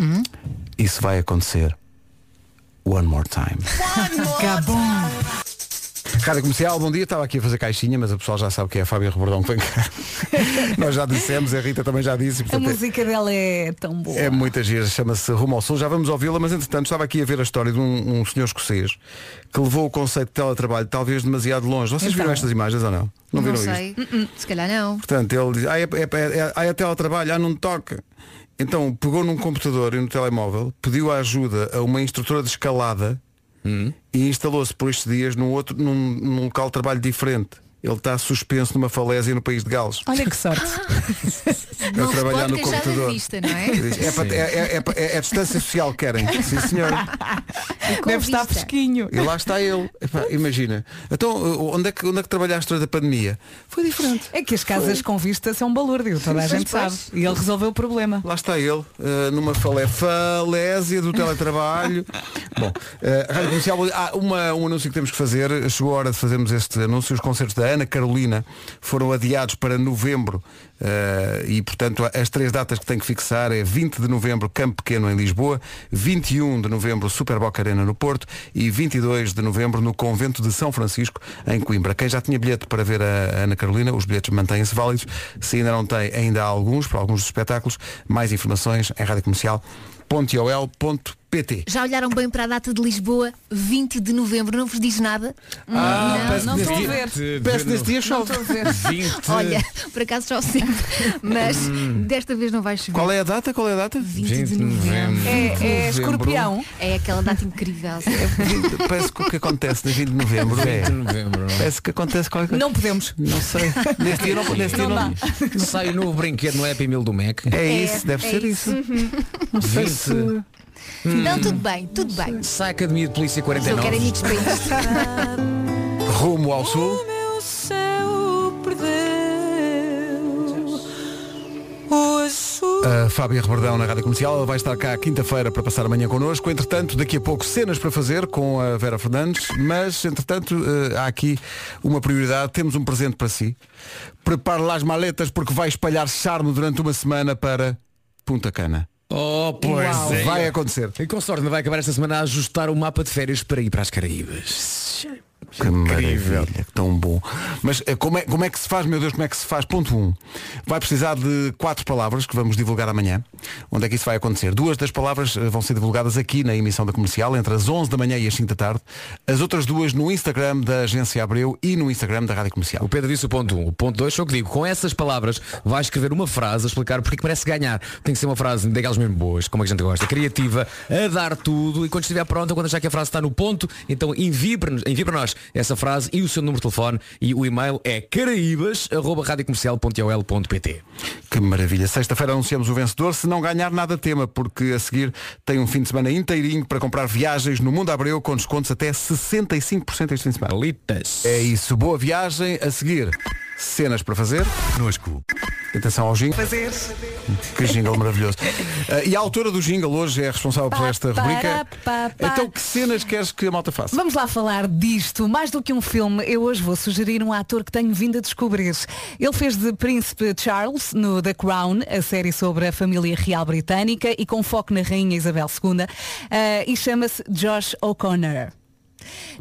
S6: Hum?
S1: Isso vai acontecer. One more time.
S2: Gabon.
S1: Rádio Comercial, bom dia. Estava aqui a fazer caixinha, mas a pessoa já sabe que é a Fábio Rebordão que vem cá. Nós já dissemos, a Rita também já disse.
S2: A
S1: portanto, é-
S2: música dela é tão boa.
S1: É muita gira, chama-se Rumo ao Sul, já vamos ouvi-la, mas entretanto estava aqui a ver a história de um, um senhor escocês que levou o conceito de teletrabalho talvez demasiado longe. Vocês viram
S4: Então.
S1: estas imagens ou não? Não viram isto?
S4: sei. Uh-uh, Se calhar não.
S1: Portanto, ele diz, ah, é, é, é, ah, é teletrabalho, ah, não toca. Então pegou num computador e no telemóvel, pediu a ajuda a uma instrutora de escalada e instalou-se por estes dias num, outro, num, num local de trabalho diferente. Ele está suspenso numa falésia no país de Gales.
S2: Olha que sorte. Ah.
S1: a
S4: se
S1: trabalhar
S4: pode
S1: no
S4: queixar da
S1: computador.
S4: vista, não é?
S1: É, para- é- é- é- é- é a distância social que querem. Sim, senhora.
S2: Deve estar fresquinho.
S1: E lá está ele. Epá, imagina. Então, uh, onde é, que, onde é que trabalhaste durante a pandemia?
S2: Foi diferente. É que as casas com vista são um balúrdio, toda a
S1: Sim,
S2: gente sabe.
S1: pois.
S2: E ele resolveu o problema.
S1: Lá está ele, uh, numa falé falésia do teletrabalho. Bom, uh, Rádio Comercial, há uma, um anúncio que temos que fazer. Chegou a hora de fazermos este anúncio. Os concertos da Ana Carolina foram adiados para novembro. uh, e, portanto, as três datas que tem que fixar é 20 de novembro, Campo Pequeno, em Lisboa, 21 de novembro, Super Boca Arena, no Porto, e 22 de novembro, no Convento de São Francisco, em Coimbra. Quem já tinha bilhete para ver a Ana Carolina, os bilhetes mantêm-se válidos. Se ainda não tem, ainda há alguns, para alguns dos espetáculos. Mais informações em radiocomercial.ol.pt
S4: Já olharam bem para a data de Lisboa, 20 de novembro, não vos diz nada?
S1: Ah,
S4: Não,
S1: parece
S4: não
S1: que
S4: estou
S1: nesse
S4: a
S1: dia-
S4: ver.
S1: parece que nesse dia
S4: Não
S1: chove.
S4: estou a ver.
S1: 20.
S4: Olha, por acaso só sempre, mas
S1: Hum.
S4: desta vez não vai chover. É,
S1: Qual é a data? Qual é a data?
S4: 20, de novembro. É aquela data incrível.
S1: Parece que o que acontece no 20 de novembro
S9: 20 de
S1: novembro. Parece que acontece qualquer coisa.
S2: Não podemos.
S1: Não sei. Nesse dia não, nesse dia não,
S9: Sai o novo brinquedo no Happy Meal do Mac.
S1: É isso, deve ser isso.
S9: Não
S1: sei
S4: Uhum.
S9: Hum.
S4: Não, tudo bem, tudo bem.
S9: Sai a Academia Hum. de Polícia
S4: Se eu
S9: 49.
S4: quero amigos para isto.
S1: Rumo ao sul.
S17: meu céu perdeu o azul.
S1: A Fábia Rebordão na Rádio Comercial ela vai estar cá quinta-feira para passar amanhã connosco. Entretanto, daqui a pouco cenas para fazer com a Vera Fernandes, mas entretanto eh, há aqui uma prioridade. Temos um presente para si. Prepare lá as maletas porque vai espalhar charme durante uma semana para Punta Cana.
S9: Oh, pois
S1: Uau.
S9: é.
S1: Vai acontecer.
S9: E com sorte ainda vai acabar esta semana a ajustar o mapa de férias para ir para as Caraíbas.
S1: Que maravilha, que tão bom. Mas eh, como é, como é que se faz, meu Deus, como é que se faz? Ponto 1. Um. Vai precisar de quatro palavras que vamos divulgar amanhã. Onde é que isso vai acontecer? Duas das palavras eh, vão ser divulgadas aqui na emissão da comercial, entre as 11 da manhã e as 5 da tarde. As outras duas no Instagram da Agência Abreu e no Instagram da Rádio Comercial.
S9: O Pedro disse o ponto 1. Um. O ponto 2 foi o que digo. Com essas palavras vai escrever uma frase a explicar porque que merece ganhar. Tem que ser uma frase daquelas mesmo boas, como a gente gosta, criativa, a dar tudo. E quando estiver pronta, quando achar que a frase está no ponto, então envie para, nos- envie para nós essa frase e o seu número de telefone. E o e-mail é caraíbas.radiocomercial.ol.pt
S1: Que maravilha. Sexta-feira anunciamos o vencedor. Se não ganhar, nada tema, porque a seguir tem um fim de semana inteirinho para comprar viagens no Mundo Abreu com descontos até 65% este fim de semana. É isso. Boa viagem. A seguir, cenas para fazer. Conosco. Atenção ao jingle.
S2: Fazer.
S1: Que jingle maravilhoso. Ah, e a autora do jingle hoje é responsável por esta rubrica.
S2: Pá, pá.
S1: Então que cenas queres que a malta faça?
S2: Vamos lá falar disto. Mais do que um filme, eu hoje vou sugerir um ator que tenho vindo a descobrir. Ele fez de Príncipe Charles no The Crown, a série sobre a família real britânica e com foco na Rainha Isabel II, eh, e chama-se Josh O'Connor.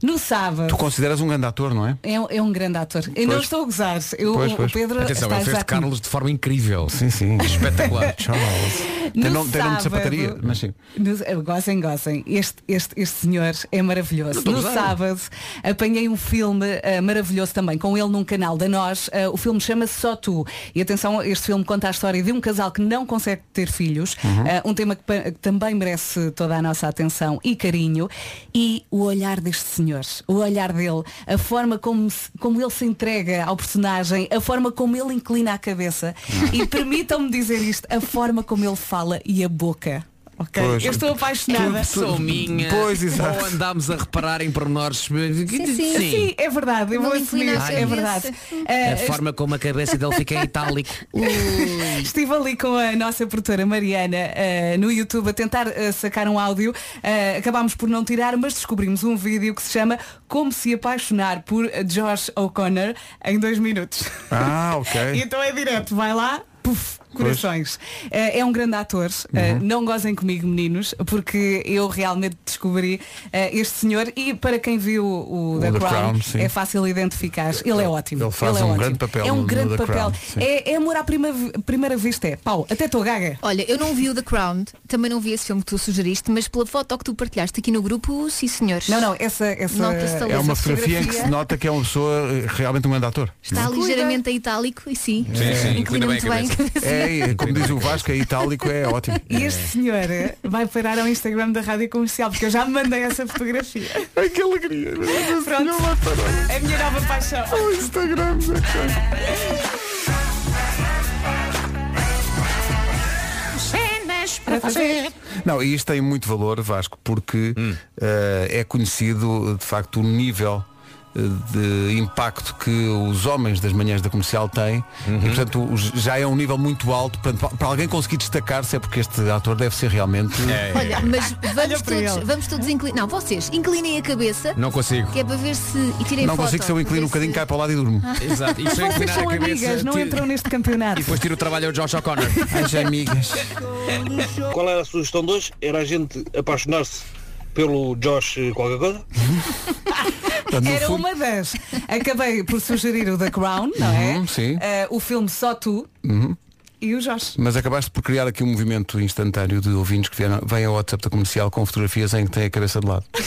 S2: No sábado.
S1: Tu consideras um grande ator, não é?
S2: É um, é um grande ator. Eu não
S1: Pois.
S2: estou a gozar. Eu,
S1: Pois,
S2: o-
S1: pois.
S2: O Pedro
S9: Atenção,
S2: está
S9: ele fez de
S2: já comigo.
S9: Carlos de forma incrível.
S1: Sim, sim.
S9: Espetacular.
S1: Tem
S2: No
S1: nome, tem nome
S2: sábado.
S1: de sapataria, mas sim.
S2: No- eh, Gozem, gozem. Este, este, este senhor é maravilhoso.
S1: estou a
S2: No
S1: gozar.
S2: sábado apanhei um filme ah, maravilhoso também com ele num canal da Nós. Ah, o filme chama-se Só Tu. E atenção, este filme conta a história de um casal que não consegue ter filhos. Ah, um tema que, pa- que também merece toda a nossa atenção e carinho. E o olhar deste senhor, o olhar dele, a forma como, se- como ele se entrega ao personagem, a forma como ele inclina a cabeça. E permitam-me dizer isto, a forma como ele fala e a boca. Ok,
S9: Pois.
S2: eu estou apaixonada.
S9: Tu- tu- Sou minha.
S2: Pois, exato.
S9: Ou andámos a reparar em pormenores. Sim, Eh,
S2: Sim, é verdade, eu
S4: Não
S2: vou
S4: inclina
S2: assumir,
S4: a
S2: é
S4: cabeça.
S2: verdade.
S9: A
S2: Ah,
S9: forma como a cabeça dele fica em itálico.
S2: Estive ali com a nossa produtora Mariana eh, no YouTube a tentar eh, sacar um áudio. Eh, acabámos por não tirar, mas descobrimos um vídeo que se chama Como se apaixonar por Josh O'Connor em dois minutos.
S1: Ah, ok.
S2: então é direto, vai lá. Puf, corações. Eh, é um grande ator. eh, não gozem comigo, meninos, porque eu realmente descobri eh, este senhor e para quem viu o,
S1: O
S2: The,
S1: The
S2: Crown,
S1: Crown, sim.
S2: é fácil identificar. Ele é ótimo.
S1: Ele faz
S2: é
S1: um
S2: ótimo.
S1: grande papel
S2: É um
S1: no- no
S2: grande
S1: The
S2: papel.
S1: Crown, sim.
S2: É, é amor à prima- primeira vista, é. Pau, até estou gaga.
S4: Olha, eu não vi o The Crown, também não vi esse filme que tu sugeriste, mas pela foto que tu partilhaste aqui no grupo, sim senhores.
S2: Não, não, essa, essa
S4: Nota-se da
S1: É
S4: luz,
S1: uma
S4: a
S1: fotografia em que se nota que é uma pessoa eh, realmente um grande ator.
S4: Está ligeiramente a itálico e sim,
S1: Sim, sim,
S4: inclina
S1: inclina bem
S4: muito
S1: a
S4: bem a
S1: cabeça.
S4: cabeça.
S1: É é, como diz o Vasco, é itálico, é ótimo.
S2: E este senhor eh, vai parar ao Instagram da Rádio Comercial, porque eu já me mandei essa fotografia.
S1: Ai, que alegria.
S2: Pronto. É A minha nova paixão.
S1: O Instagram.
S17: Cenas para fazer.
S1: Não, e isto tem muito valor, Vasco, porque
S9: Hum.
S1: eh, é conhecido de facto o nível eh, de impacto que os homens das manhãs da comercial têm
S9: Uhum.
S1: e portanto os- já é um nível muito alto portanto, pa- para alguém conseguir destacar-se é porque este ator deve ser realmente
S9: É,
S4: Olha, mas vamos
S1: É. para ele.
S4: todos, vamos todos inclinar. Não, vocês, inclinem a cabeça.
S1: Não consigo.
S4: Que é para ver se. E tirem
S1: não
S4: foto.
S1: consigo se eu inclino um bocadinho cai para o lado e durmo
S9: Exato. E se eu
S2: Vocês
S9: inclinar a
S2: são
S9: cabeça,
S2: amigas, não
S9: tiro-
S2: entram neste campeonato.
S9: E depois tiro o trabalho ao Josh O'Connor.
S1: As amigas.
S18: Qual era a sugestão de hoje? Era a gente apaixonar-se pelo Josh eh, qualquer coisa?
S1: no
S2: Era
S1: fundo-
S2: uma das. Acabei por sugerir o The Crown, não é?
S1: Uhum, sim.
S2: Eh, o filme Só Tu
S1: Uhum.
S2: e o Jorge.
S1: Mas acabaste por criar aqui um movimento instantâneo de ouvintes que vieram, vêm ao WhatsApp da comercial com fotografias em que têm a cabeça de lado. Eh,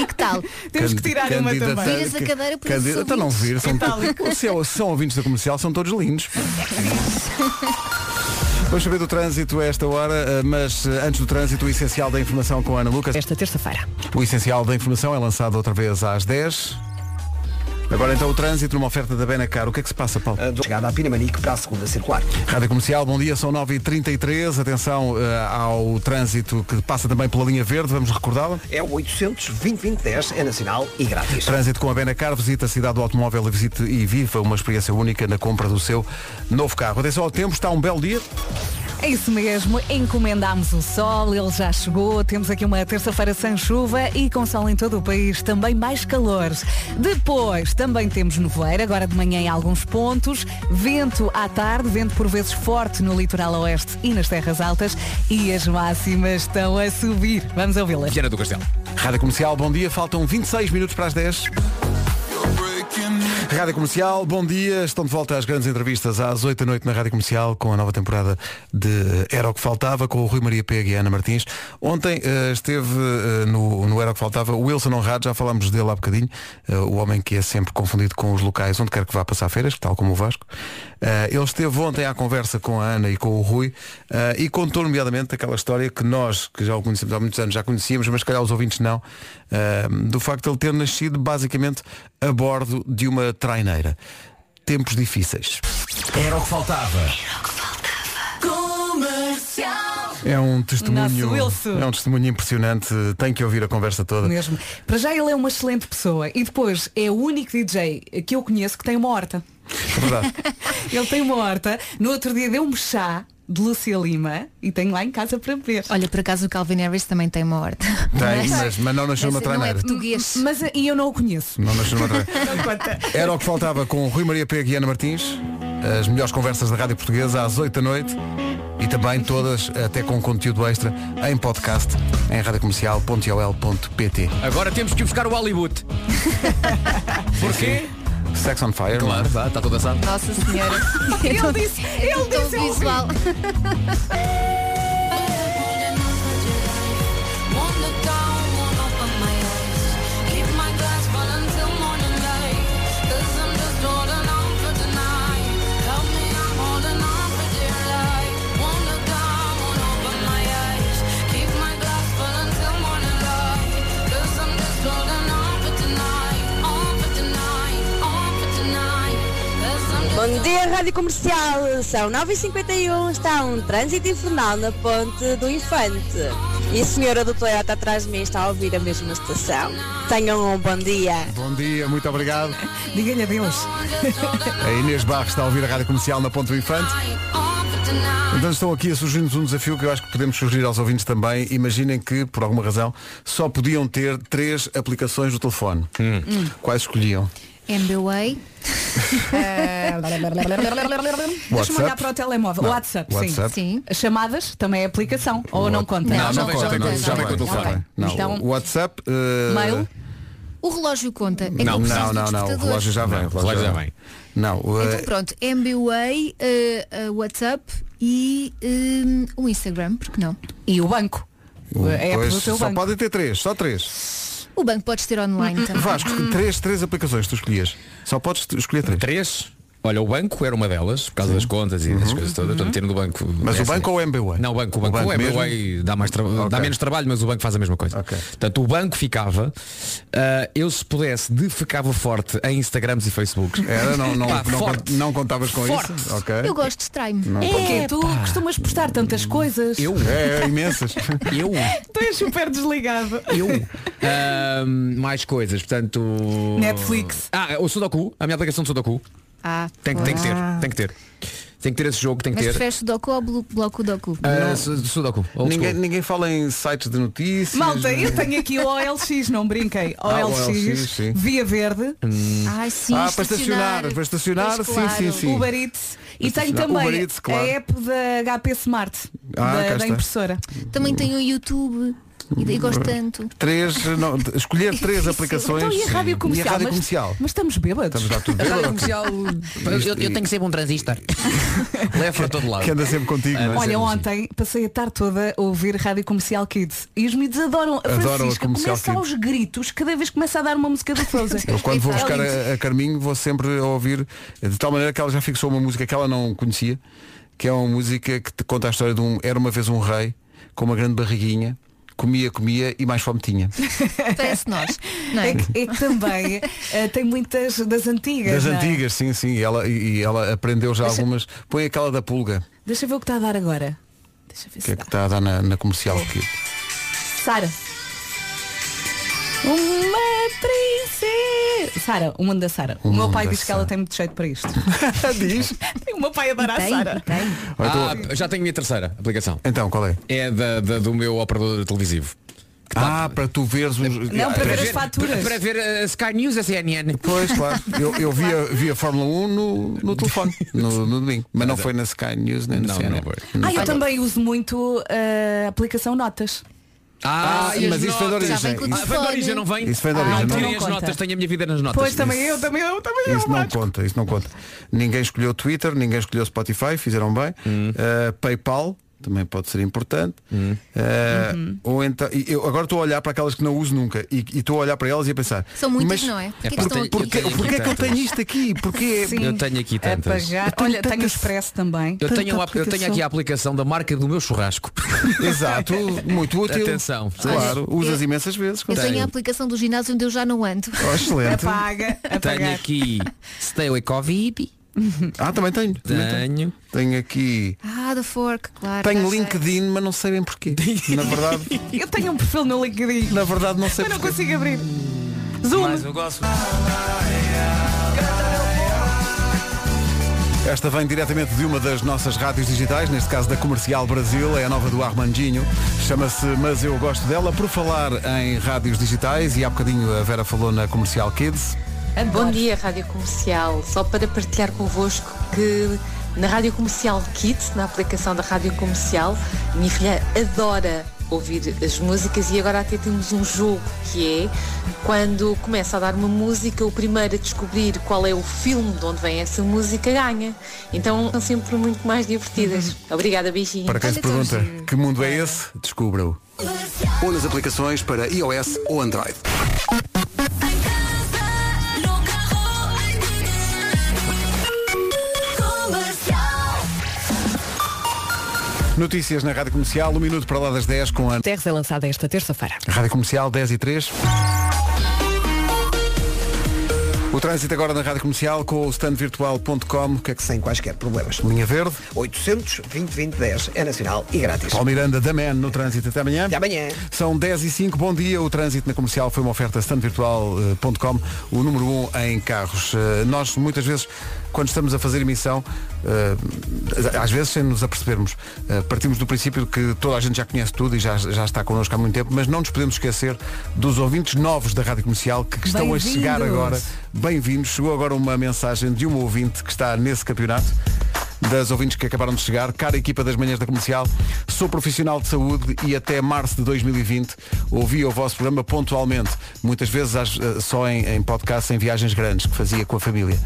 S4: E que tal?
S1: Temos que tirar uma também. candidata-
S4: Viras a cadeira por
S1: candida- então não vir, são, se, é- são ouvintes da comercial, são todos lindos. Vamos saber do trânsito a esta hora, eh, mas eh, antes do trânsito, o essencial da informação com a Ana Lucas.
S10: Esta terça-feira.
S1: O essencial da informação é lançado outra vez às 10. Agora então o trânsito numa oferta da Benacar. O que é que se passa, Paulo?
S8: Chegada Eh, à Pinamanique para a segunda circular.
S1: Rádio Comercial, bom dia, são 9h33. Atenção eh, ao trânsito que passa também pela linha verde, vamos recordá-la.
S8: É o 800 2010 é nacional e grátis.
S1: Trânsito com a Benacar, visita a cidade do automóvel e, visite, e viva uma experiência única na compra do seu novo carro. Atenção ao tempo, está um belo dia.
S2: É isso mesmo, encomendámos o sol, ele já chegou, temos aqui uma terça-feira sem chuva e com sol em todo o país, também mais calor. Depois também temos nevoeiro, agora de manhã em alguns pontos, vento à tarde, vento por vezes forte no litoral oeste e nas terras altas e as máximas estão a subir. Vamos ouvi-las.
S1: Viana do Castelo. Rádio Comercial, bom dia, faltam 26 minutos para as 10. Rádio Comercial, bom dia. Estão de volta às grandes entrevistas às 8 da noite na Rádio Comercial com a nova temporada de Era o que Faltava com o Rui Maria Pega e a Ana Martins. Ontem eh, esteve eh, no, no Era o que Faltava o Wilson Honrado, já falámos dele há bocadinho, eh, o homem que é sempre confundido com os locais onde quer que vá passar férias, tal como o Vasco. Eh, ele esteve ontem à conversa com a Ana e com o Rui eh, e contou nomeadamente aquela história que nós, que já o conhecemos há muitos anos, já conhecíamos, mas se calhar os ouvintes não, eh, do facto de ele ter nascido basicamente a bordo de uma traineira. Tempos difíceis.
S9: Era o que faltava.
S17: Comercial.
S1: É um
S2: Nosso
S1: testemunho,
S2: Wilson.
S1: é um testemunho impressionante. Tem que ouvir a conversa toda.
S2: Mesmo. Para já ele é uma excelente pessoa e depois é o único DJ que eu conheço que tem uma horta.
S1: É verdade.
S2: Ele tem uma horta. No outro dia deu-me chá de Lúcia Lima e tenho lá em casa para beber.
S4: Olha, por acaso o Calvin Harris também tem uma horta.
S2: é?
S1: Tem, mas, mas não nasceu uma
S4: Não é
S1: traineira.
S4: português.
S2: Mas e eu não o conheço.
S1: Não nasceu numa traineira. Era o que faltava com Rui Maria Pega e Ana Martins. As melhores conversas da Rádio Portuguesa às 8 da noite. E também todas, até com conteúdo extra, em podcast, em radiocomercial.ol.pt.
S9: Agora temos que ir buscar o Hollywood. Porquê?
S1: Sex on Fire. é?
S9: Claro, está tá todo dançado.
S4: Nossa Senhora.
S17: Ele disse,
S4: É
S17: ele
S4: tão
S17: disse ao
S4: visual.
S19: Bom dia, Rádio Comercial. São 9h51, está um trânsito infernal na ponte do Infante. E a senhora do Toyota atrás de mim está a ouvir a mesma estação. Tenham um bom dia.
S1: Bom dia, muito obrigado.
S2: Diga-lhe adeus.
S1: A Inês Barros está a ouvir a Rádio Comercial na Ponte do Infante. Então estão aqui a surgir-nos um desafio que eu acho que podemos surgir aos ouvintes também. Imaginem que, por alguma razão, só podiam ter três aplicações do telefone. Quais escolhiam?
S4: MBWay.
S2: Deixa-me olhar para o telemóvel.
S1: Não.
S2: WhatsApp,
S1: WhatsApp.
S2: sim. As Chamadas também é aplicação. Ou não conta?
S1: Não, não, conta, não, já vai com o telefone. Não,
S2: Então,
S1: o WhatsApp. eh,
S4: Mail? O relógio conta. É que
S1: Não,
S4: eu preciso
S1: não,
S4: dos
S1: não, não, o
S4: despertadores.
S1: relógio já vem.
S9: Não, o relógio já vem.
S1: Não, o, eh,
S4: Então pronto, MBWay, eh, eh, WhatsApp e eh, o Instagram, porque não?
S2: E o banco.
S1: o- pois, só podem ter três, só três.
S4: O
S1: Então.
S4: banco podes ter online também.
S1: Vasco, três, três aplicações que tu escolhias. Só podes t- escolher três. Três?
S9: Olha, o banco era uma delas, por causa das contas e das coisas todas, portanto, ter no banco.
S1: Uhum. Mas
S9: é
S1: o banco ou o MBWay?
S9: Não, o banco, o banco, é o
S1: banco
S9: MBWay dá, mais tra- dá menos trabalho, mas o banco faz a mesma coisa. Portanto, o banco ficava, ah, eu se pudesse, defecava forte em Instagrams e Facebooks.
S1: Era, não, não,
S9: Pá,
S1: não,
S9: forte.
S1: não contavas com
S9: Forte.
S1: isso? Ok.
S4: Eu gosto de distrair-me.
S1: Não
S2: É,
S1: pode.
S2: porque tu costumas postar tantas coisas.
S9: Eu?
S1: É, é imensas.
S9: Eu?
S2: Tu és super desligado.
S9: Eu? Ah, mais coisas, portanto.
S2: Netflix.
S9: Ah, o Sudoku, a minha aplicação de Sudoku.
S4: Ah,
S9: Tem, que- tem que ter,
S4: Ah.
S9: tem que ter. Tem que ter esse jogo, tem que
S4: Mas
S9: ter.
S4: preferes Sudoku ou blo- Bloco Doku?
S1: Eh,
S9: Ah, su- Sudoku. old
S1: Ninguém,
S9: school.
S1: ninguém fala em sites de notícias. eh,
S2: Malta, eu tenho aqui o OLX, não brinquei.
S1: é. Ah, o
S2: OLX,
S1: OLX, sim.
S2: Via Verde.
S4: Ai, sim,
S1: Ah, para estacionar, para estacionar,
S2: Pois,
S1: sim,
S2: claro.
S1: sim, sim.
S2: Uber Eats. E
S1: Para
S2: tenho
S1: estacionar.
S2: também
S1: é Uber Eats, claro.
S2: a app da HP Smart,
S1: Ah, cá
S2: da, da
S1: está.
S2: impressora.
S4: Também tenho o YouTube e e gosto tanto.
S1: Três, não, de- escolher três aplicações.
S2: Então, e a rádio comercial?
S1: E a rádio
S2: mas,
S1: comercial.
S2: mas estamos bêbados.
S1: Estamos lá tudo bêbados. Isto-
S9: que ser um transistor. Leva para todo lado.
S1: Que anda sempre contigo, não é?
S2: Olha,
S1: Sempre.
S2: ontem passei a tarde toda a ouvir Rádio Comercial Kids e os miúdos adoram. A
S1: Adoram a
S2: Francisca
S1: Comercial
S2: começa
S1: Kids.
S2: aos gritos cada vez que começa a dar uma música do Frozen.
S1: Eu quando vou
S2: É
S1: buscar
S2: lindo.
S1: a, a Carminho vou sempre a ouvir de tal maneira que ela já fixou uma música que ela não conhecia, que é uma música que te conta a história de um era uma vez um rei com uma grande barriguinha, comia, comia e mais fome tinha.
S4: Parece nós. Não é?
S2: É que, é que também eh, tem muitas das antigas.
S1: Das
S2: não é?
S1: antigas, sim, sim, e ela, e e ela aprendeu já algumas. Põe aquela da pulga,
S2: Deixa eu ver o que está a dar agora. Deixa eu ver
S1: que
S2: se
S1: é que está a dar na, na comercial aqui.
S2: Sara. Uma princesa. Sara, o mundo da Sara. O
S1: O
S2: meu
S1: mundo
S2: pai
S1: da
S2: diz que ela tem muito jeito para isto.
S1: diz?
S2: Tem o meu pai é adora a
S4: Tem,
S2: Sara.
S9: Ah, já tenho a minha terceira aplicação.
S1: Então, qual é?
S9: É da, da- do meu operador televisivo.
S1: Ah, para tu veres os.
S2: Não, para ver as faturas.
S9: Para ver a Sky News, é a CNN.
S1: Pois, claro. Eu, eu vi, a, vi a Fórmula 1 no, no telefone, no, no domingo. Mas não foi na Sky News nem na
S9: Não,
S1: CNN.
S9: não foi.
S2: Ah, eu também uso muito eh, a aplicação Notas.
S9: Ah,
S1: Ah, sim,
S9: e
S1: mas
S9: as
S1: isso foi de
S9: notas?
S1: origem. Já vem com o
S9: Ah, vem de origem,
S2: telefone.
S9: não vem?
S1: Isso vem de origem,
S9: Ah,
S1: não
S9: tirei
S2: vem?
S9: as
S2: Não
S9: notas,
S2: conta.
S9: tenho a minha vida nas notas.
S2: Pois também eu, também eu, também
S4: é
S2: eu.
S1: Isso não conta, isso não conta. Ninguém escolheu Twitter, ninguém escolheu Spotify, fizeram bem.
S9: Hum.
S1: Uh, PayPal também pode ser importante. Uh,
S4: Uhum.
S1: Ou então, e eu agora estou a olhar para aquelas que não uso nunca e e estou a olhar para elas e a pensar.
S4: São muitas,
S1: mas
S4: não é? Porquê que
S1: por-
S4: estão aqui?
S1: porquê-
S4: Eu tenho
S1: porquê é que eu
S9: tantas.
S1: tenho isto aqui? Porquê?
S2: Sim.
S9: Eu tenho aqui tantas.
S2: Apagar. Olha, tenho o Expresso também.
S9: Eu tenho, a-
S2: Tanta
S9: eu tenho aqui a aplicação da marca do meu churrasco.
S1: Exato, muito útil.
S9: Atenção.
S1: Claro,
S4: Olha,
S1: usas
S4: eu-
S1: imensas vezes.
S4: Eu
S1: claro.
S4: tenho a aplicação do ginásio onde eu já não ando.
S1: Oh, excelente.
S2: Apaga,
S9: Tenho
S2: apagar.
S9: aqui Stay Away Covid.
S1: Ah, também tenho. também
S9: Tenho.
S1: Tenho aqui.
S4: Ah, da Fork, claro. já
S1: Tenho
S4: sei.
S1: LinkedIn, mas não sabem porquê. Na verdade,
S2: Eu tenho um perfil no LinkedIn,
S1: na verdade não sei
S2: mas não
S1: porquê.
S2: consigo abrir. Zoom.
S1: Esta vem diretamente de uma das nossas rádios digitais, neste caso da Comercial Brasil, é a nova do Armandinho. Chama-se Mas Eu Gosto Dela. Por falar em rádios digitais, e há bocadinho a Vera falou na Comercial Kids.
S5: Ah, Bom dia, Rádio Comercial. Só para partilhar convosco que na Rádio Comercial Kids, na aplicação da Rádio Comercial, minha filha adora ouvir as músicas e agora até temos um jogo que é quando começa a dar uma música, o primeiro a descobrir qual é o filme de onde vem essa música ganha. Então são sempre muito mais divertidas. Obrigada, beijinhos.
S1: Uhum. Para quem se pergunta que mundo é esse, descubra-o. Ou nas aplicações para iOS ou Android. Notícias na Rádio Comercial, um minuto para lá das 10 com a
S10: Terres é lançada esta terça-feira.
S1: Rádio Comercial 10 e 3. O trânsito agora na Rádio Comercial com o standvirtual.com. O que é que
S8: sem quaisquer problemas.
S1: Linha Verde.
S8: 800 20 10 é nacional e grátis.
S1: Paulo Miranda da Man no trânsito até amanhã. Até
S8: amanhã.
S1: São 10 e 5 bom dia. O trânsito na comercial foi uma oferta standvirtual.com, o número 1 um em carros. Eh, Nós, muitas vezes, quando estamos a fazer emissão, eh, às vezes sem nos apercebermos, eh, partimos do princípio que toda a gente já conhece tudo e já, já está connosco há muito tempo, mas não nos podemos esquecer dos ouvintes novos da Rádio Comercial que, que estão a
S2: Bem-vindos.
S1: chegar agora. Bem-vindos. Chegou agora uma mensagem de um ouvinte que está nesse campeonato. das ouvintes que acabaram de chegar. Cara equipa das manhãs da comercial, sou profissional de saúde e até março de 2020 ouvi o vosso programa pontualmente, muitas vezes às- eh, só em, em podcast, em viagens grandes que fazia com a família.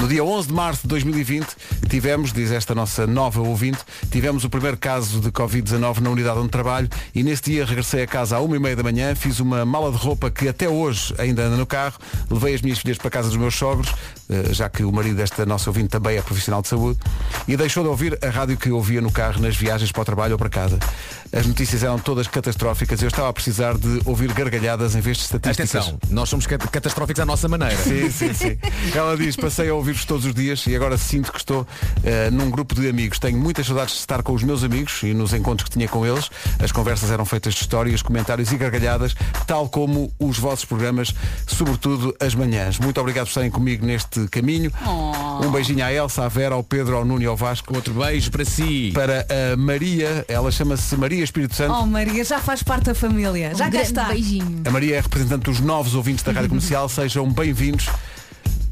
S1: No dia 11 de março de 2020 tivemos, diz esta nossa nova ouvinte, tivemos o primeiro caso de Covid-19 na unidade onde trabalho e nesse dia regressei a casa à uma e meia da manhã, fiz uma mala de roupa que até hoje ainda anda no carro, levei as minhas filhas para a casa dos meus sogros, eh, já que o marido desta nossa ouvinte também é profissional de saúde, e deixou de ouvir a rádio que ouvia no carro nas viagens para o trabalho ou para casa. As notícias eram todas catastróficas, eu estava a precisar de ouvir gargalhadas em vez de estatísticas.
S9: Atenção, nós somos cat- catastróficos à nossa maneira.
S1: Sim, sim, sim. Ela diz, passei a ouvir-vos todos os dias e agora sinto que estou eh, num grupo de amigos. Tenho muitas saudades de estar com os meus amigos e nos encontros que tinha com eles. As conversas eram feitas de histórias, comentários e gargalhadas, tal como os vossos programas, sobretudo as manhãs. Muito obrigado por estarem comigo neste caminho. Um beijinho à Elsa, à Vera, ao Pedro, ao Nuno e ao Vasco.
S9: Outro beijo para si.
S1: Para a Maria, ela chama-se Maria Espírito Santo.
S2: Oh Maria, já faz parte da família. Já
S4: um
S2: cá
S4: grande
S2: está.
S4: beijinho.
S1: A Maria é representante dos novos ouvintes da Rádio Comercial. Sejam bem-vindos.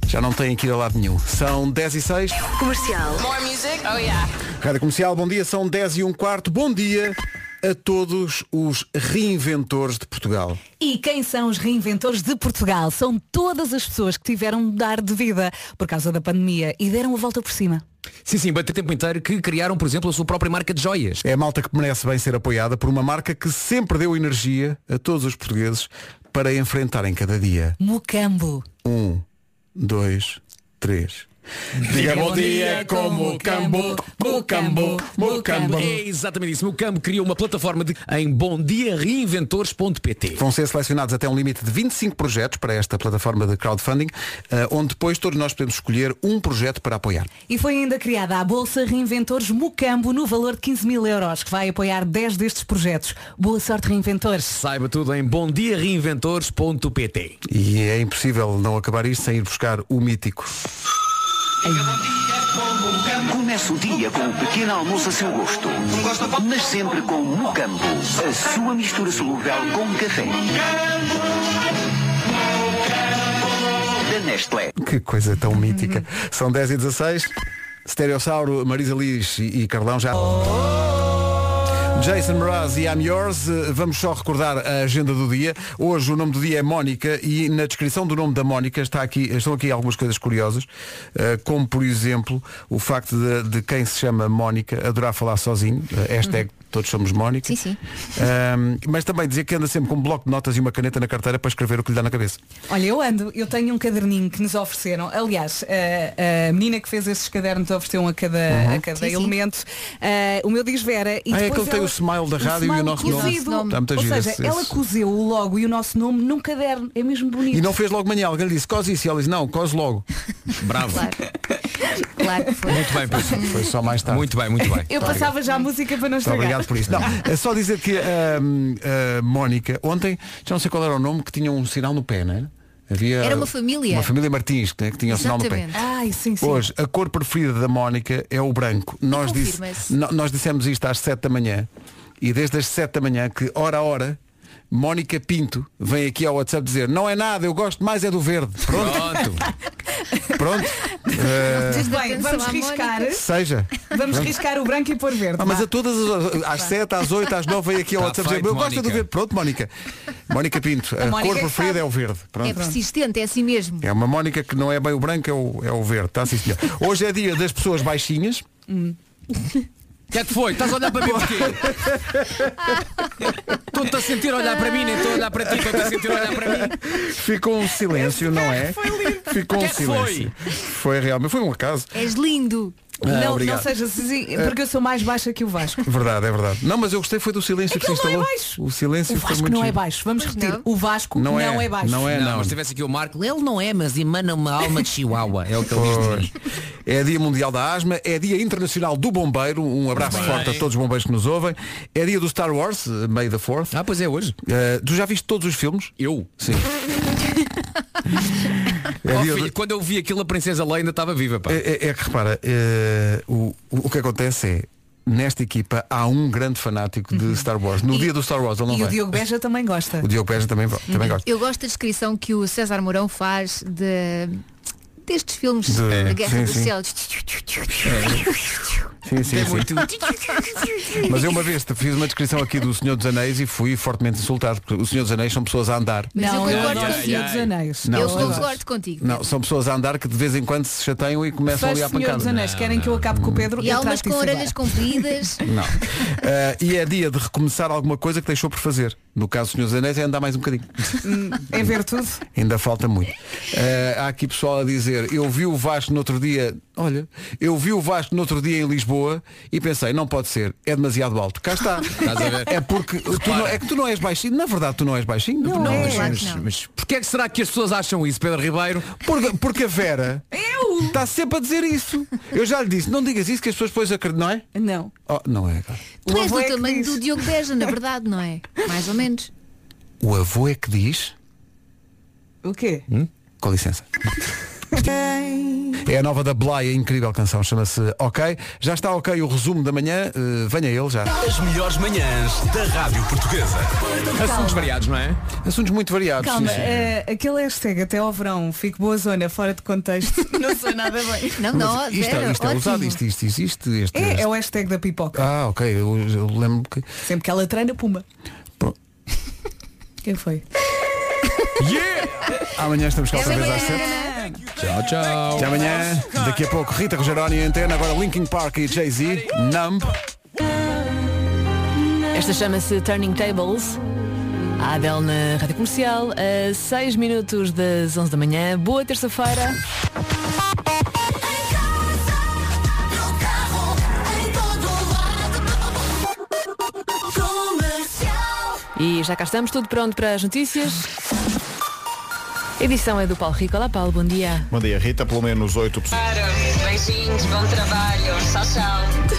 S1: Já não têm que ir a lado nenhum. São 10 e 6.
S6: Comercial. More music? Oh yeah.
S1: Rádio Comercial, bom dia. São 10 e um quarto. Bom dia a todos os reinventores de Portugal.
S2: E quem são os reinventores de Portugal? São todas as pessoas que tiveram de dar de vida por causa da pandemia e deram a volta por cima.
S9: Sim, sim, bater tempo inteiro que criaram, por exemplo, a sua própria marca de joias.
S1: É a malta que merece bem ser apoiada por uma marca que sempre deu energia a todos os portugueses para enfrentarem cada dia.
S2: Mucambo.
S1: Um, dois, três.
S9: Diga bom dia como Cambo, Mucambo, Mucambo. É exatamente isso. Mucambo criou uma plataforma de, em bomdiareinventores.pt.
S1: Vão ser selecionados até um limite de 25 projetos para esta plataforma de crowdfunding, eh, onde depois todos nós podemos escolher um projeto para apoiar.
S2: E foi ainda criada a Bolsa Reinventores Mucambo no valor de 15 mil euros, que vai apoiar 10 destes projetos. Boa sorte, reinventores.
S9: Saiba tudo em bomdiareinventores.pt.
S1: E é impossível não acabar isto sem ir buscar o mítico.
S20: Comece o dia com um pequeno almoço a seu gosto, mas sempre com o Mucambo, a sua mistura solúvel com café. Da Nestlé.
S4: é?
S1: Que coisa tão mítica.
S4: Uhum.
S1: São 10 e 16. Stereossauro, Marisa Liz e e Carlão já. Jason Mraz e I'm Yours, Eh, vamos só recordar a agenda do dia. Hoje o nome do dia é Mónica e na descrição do nome da Mónica está aqui, estão aqui algumas coisas curiosas, eh, como por exemplo o facto de, de quem se chama Mónica adorar falar sozinho, Eh, hashtag todos somos Mónica,
S4: Uhum. Sim, sim.
S1: Ahm, mas também dizer que anda sempre com um bloco de notas e uma caneta na carteira para escrever o que lhe dá na cabeça.
S2: Olha, eu ando, eu tenho um caderninho que nos ofereceram. Aliás, a, a menina que fez esses cadernos ofereceu um a cada,
S1: Uhum.
S2: a cada
S1: Sim, sim.
S2: elemento. Ah, o meu diz Vera. E
S1: Ah,
S2: depois
S1: é que ele tem
S2: ela-
S1: o smile da rádio e o
S2: smile
S1: nosso nome.
S2: cozido.
S1: Nosso nome. Está muito
S2: Ou
S1: giro
S2: seja,
S1: esse-
S2: ela
S1: esse-
S2: cozeu o logo e o nosso nome num caderno. É mesmo bonito.
S1: E não fez logo manhã, alguém lhe disse, cose isso, e ela disse, não, cose logo. Bravo.
S4: Claro que foi.
S1: Muito bem, pois, foi só mais tarde. Muito bem, muito bem.
S2: Eu passava já a música para não
S1: Muito
S2: estragar.
S1: obrigado por isso. Não, é só dizer que hum, a Mónica, ontem, já não sei qual era o nome, que tinha um sinal no pé, não era? Havia
S4: Era uma família.
S1: Uma família Martins né, que tinha o sinal no pé.
S4: Exatamente.
S2: Ai, sim, sim.
S1: Hoje, a cor preferida da Mónica é o branco. Nós, disse-
S4: confirma-se.
S1: no- nós dissemos isto às 7 da manhã e desde as 7 da manhã que, hora a hora, Mónica Pinto vem aqui ao WhatsApp dizer não é nada, eu gosto mais é do verde. Pronto. Pronto. Eh,
S2: Bem, vamos riscar.
S1: seja.
S2: Vamos
S1: Pronto.
S2: riscar o branco e pôr verde.
S1: Ah, mas
S2: vá.
S1: a todas as horas, às 7, às 8, às 9 vem aqui ao
S9: Tá
S1: WhatsApp
S9: feito,
S1: dizer, eu gosto é
S9: Mónica."
S1: do verde. Pronto, Mónica. Mónica Pinto, a,
S4: A Mónica
S1: cor
S4: que
S1: preferida
S4: sabe.
S1: é o verde. Pronto.
S4: É persistente, é assim mesmo.
S1: É uma Mónica que não é bem o branco, é o, é o verde. Tá, sim, senhor. Hoje é dia das pessoas baixinhas.
S9: O que é que foi? Estás a olhar para mim porquê? Estou-te a sentir olhar para mim, nem estou a olhar para ti, estou-te a sentir olhar para mim.
S1: Ficou um silêncio, não é? Ficou
S4: Que
S1: um
S4: é que
S1: silêncio. Foi? realmente, foi um acaso.
S4: És lindo.
S1: Ah,
S2: não, não
S1: obrigado.
S2: seja assim, porque eu sou mais baixa que o Vasco.
S1: Verdade, é verdade. Não, mas eu gostei foi do silêncio que se
S2: ele não é
S1: instalou.
S2: baixo.
S1: O silêncio
S2: O
S1: foi
S2: Vasco
S1: muito
S2: não é
S1: giro.
S2: baixo. Vamos repetir. O Vasco não, é. baixo.
S9: mas se tivesse aqui o Marco, ele não é, mas emana uma alma de chihuahua. É o que ele diz de mim.
S1: Pois. É dia mundial da asma, é dia internacional do bombeiro, um abraço
S9: Bem.
S1: forte a todos os bombeiros que nos ouvem. É dia do Star Wars, eh, May the 4th.
S9: Ah, pois é hoje.
S1: tu já viste todos os filmes?
S9: Eu?
S1: Sim.
S9: Oh,
S1: dia
S9: filho, Quando eu vi aquilo, a Princesa Leia ainda estava viva, pá.
S1: É, é- é que repara, eh, o, o que acontece é, nesta equipa há um grande fanático de Star Wars. No dia do Star Wars ele não
S2: Uhum. E
S1: vai.
S2: o Diogo Uhum. Beja também gosta.
S1: O Diogo Beja também, também gosta.
S4: Eu gosto da descrição que o César Mourão faz de destes filmes
S1: De-
S4: da Guerra
S1: sim,
S4: dos
S1: sim.
S4: Céus.
S1: Sim, sim,
S4: É
S1: sim.
S4: muito.
S1: Mas eu uma vez te fiz uma descrição aqui do Senhor dos Anéis e fui fortemente insultado, porque o Senhor dos Anéis são pessoas a andar.
S4: Mas eu
S2: eu
S4: concordo
S2: adoro o
S4: contigo.
S2: Senhor dos Anéis.
S1: Não,
S4: eu
S1: Senhor dos-
S4: concordo contigo.
S1: Não, são pessoas a andar que de vez em quando se chateiam e começam
S2: Faz
S1: ali à
S2: Senhor
S1: pancada.
S2: dos Anéis, querem que eu acabe com o Pedro?
S4: E
S2: Eu
S4: almas
S2: trato
S4: com
S2: disso agora.
S4: orelhas compridas.
S1: Não. Ah, e é dia de recomeçar alguma coisa que deixou por fazer. No caso do Senhor dos Anéis é andar mais um bocadinho.
S2: Hum, É ver tudo.
S1: Ainda falta muito. Ah, há aqui pessoal a dizer, eu vi o Vasco no outro dia, olha, eu vi o Vasco no outro dia em Lisboa e pensei, não pode ser, é demasiado alto. Cá está.
S9: Estás a ver?
S1: É porque tu não- é que tu não és baixinho. Na verdade tu não és baixinho.
S9: Não, mas, mas, mas porquê é que será que as pessoas acham isso, Pedro Ribeiro?
S1: Porque, porque a Vera
S2: Eu?
S1: está sempre a dizer isso. Eu já lhe disse, não digas isso que as pessoas depois acreditam, não é?
S2: Não.
S1: Oh, não é.
S4: Tu és do tamanho do Diogo Beja, na verdade, não é? Mais ou menos.
S1: O avô é que diz.
S2: O quê?
S1: Com licença. É a nova da Blay, a incrível canção, chama-se Ok. Já está ok o resumo da manhã, eh, venha ele já.
S3: As melhores manhãs da Rádio Portuguesa.
S9: Assuntos variados, não é?
S1: Assuntos muito variados.
S2: Calma,
S1: sim, sim.
S2: eh, aquele hashtag até ao verão, fico boa zona, fora de contexto. Não sei nada bem.
S4: Não,
S1: Mas isto, é- isto é usado, isto, isto existe. Este,
S2: É, é o hashtag da pipoca.
S1: Ah, ok, eu, eu lembro que.
S2: Sempre que ela treina, puma. Quem foi?
S1: Amanhã estamos cá outra vez às 7.
S9: Tchau, tchau.
S1: Até amanhã, daqui a pouco Rita Rogeroni em antena, agora Linkin Park e Jay-Z, Numb.
S21: Esta chama-se Turning Tables. A Adele na Rádio Comercial, a 6 minutos das 11 da manhã. Boa terça-feira. E já cá estamos, tudo pronto para as notícias. A Edição é do Paulo Rico. Olá, Paulo, bom dia.
S22: Bom dia, Rita, pelo menos 8 pessoas.
S6: Beijinhos, bom trabalho. Tchau, tchau.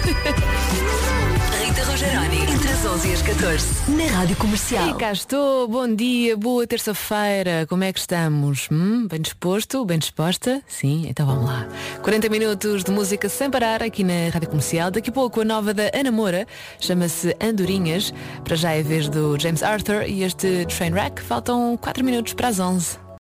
S6: Rita Rogeroni, entre as 11 e as 14, na Rádio Comercial.
S21: E cá estou, bom dia, boa terça-feira, como é que estamos? Hum, bem disposto, bem disposta? Sim, então vamos lá. 40 minutos de música sem parar aqui na Rádio Comercial, daqui a pouco a nova da Ana Moura, chama-se Andorinhas, para já é a vez do James Arthur e este Trainwreck, faltam 4 minutos para as 11.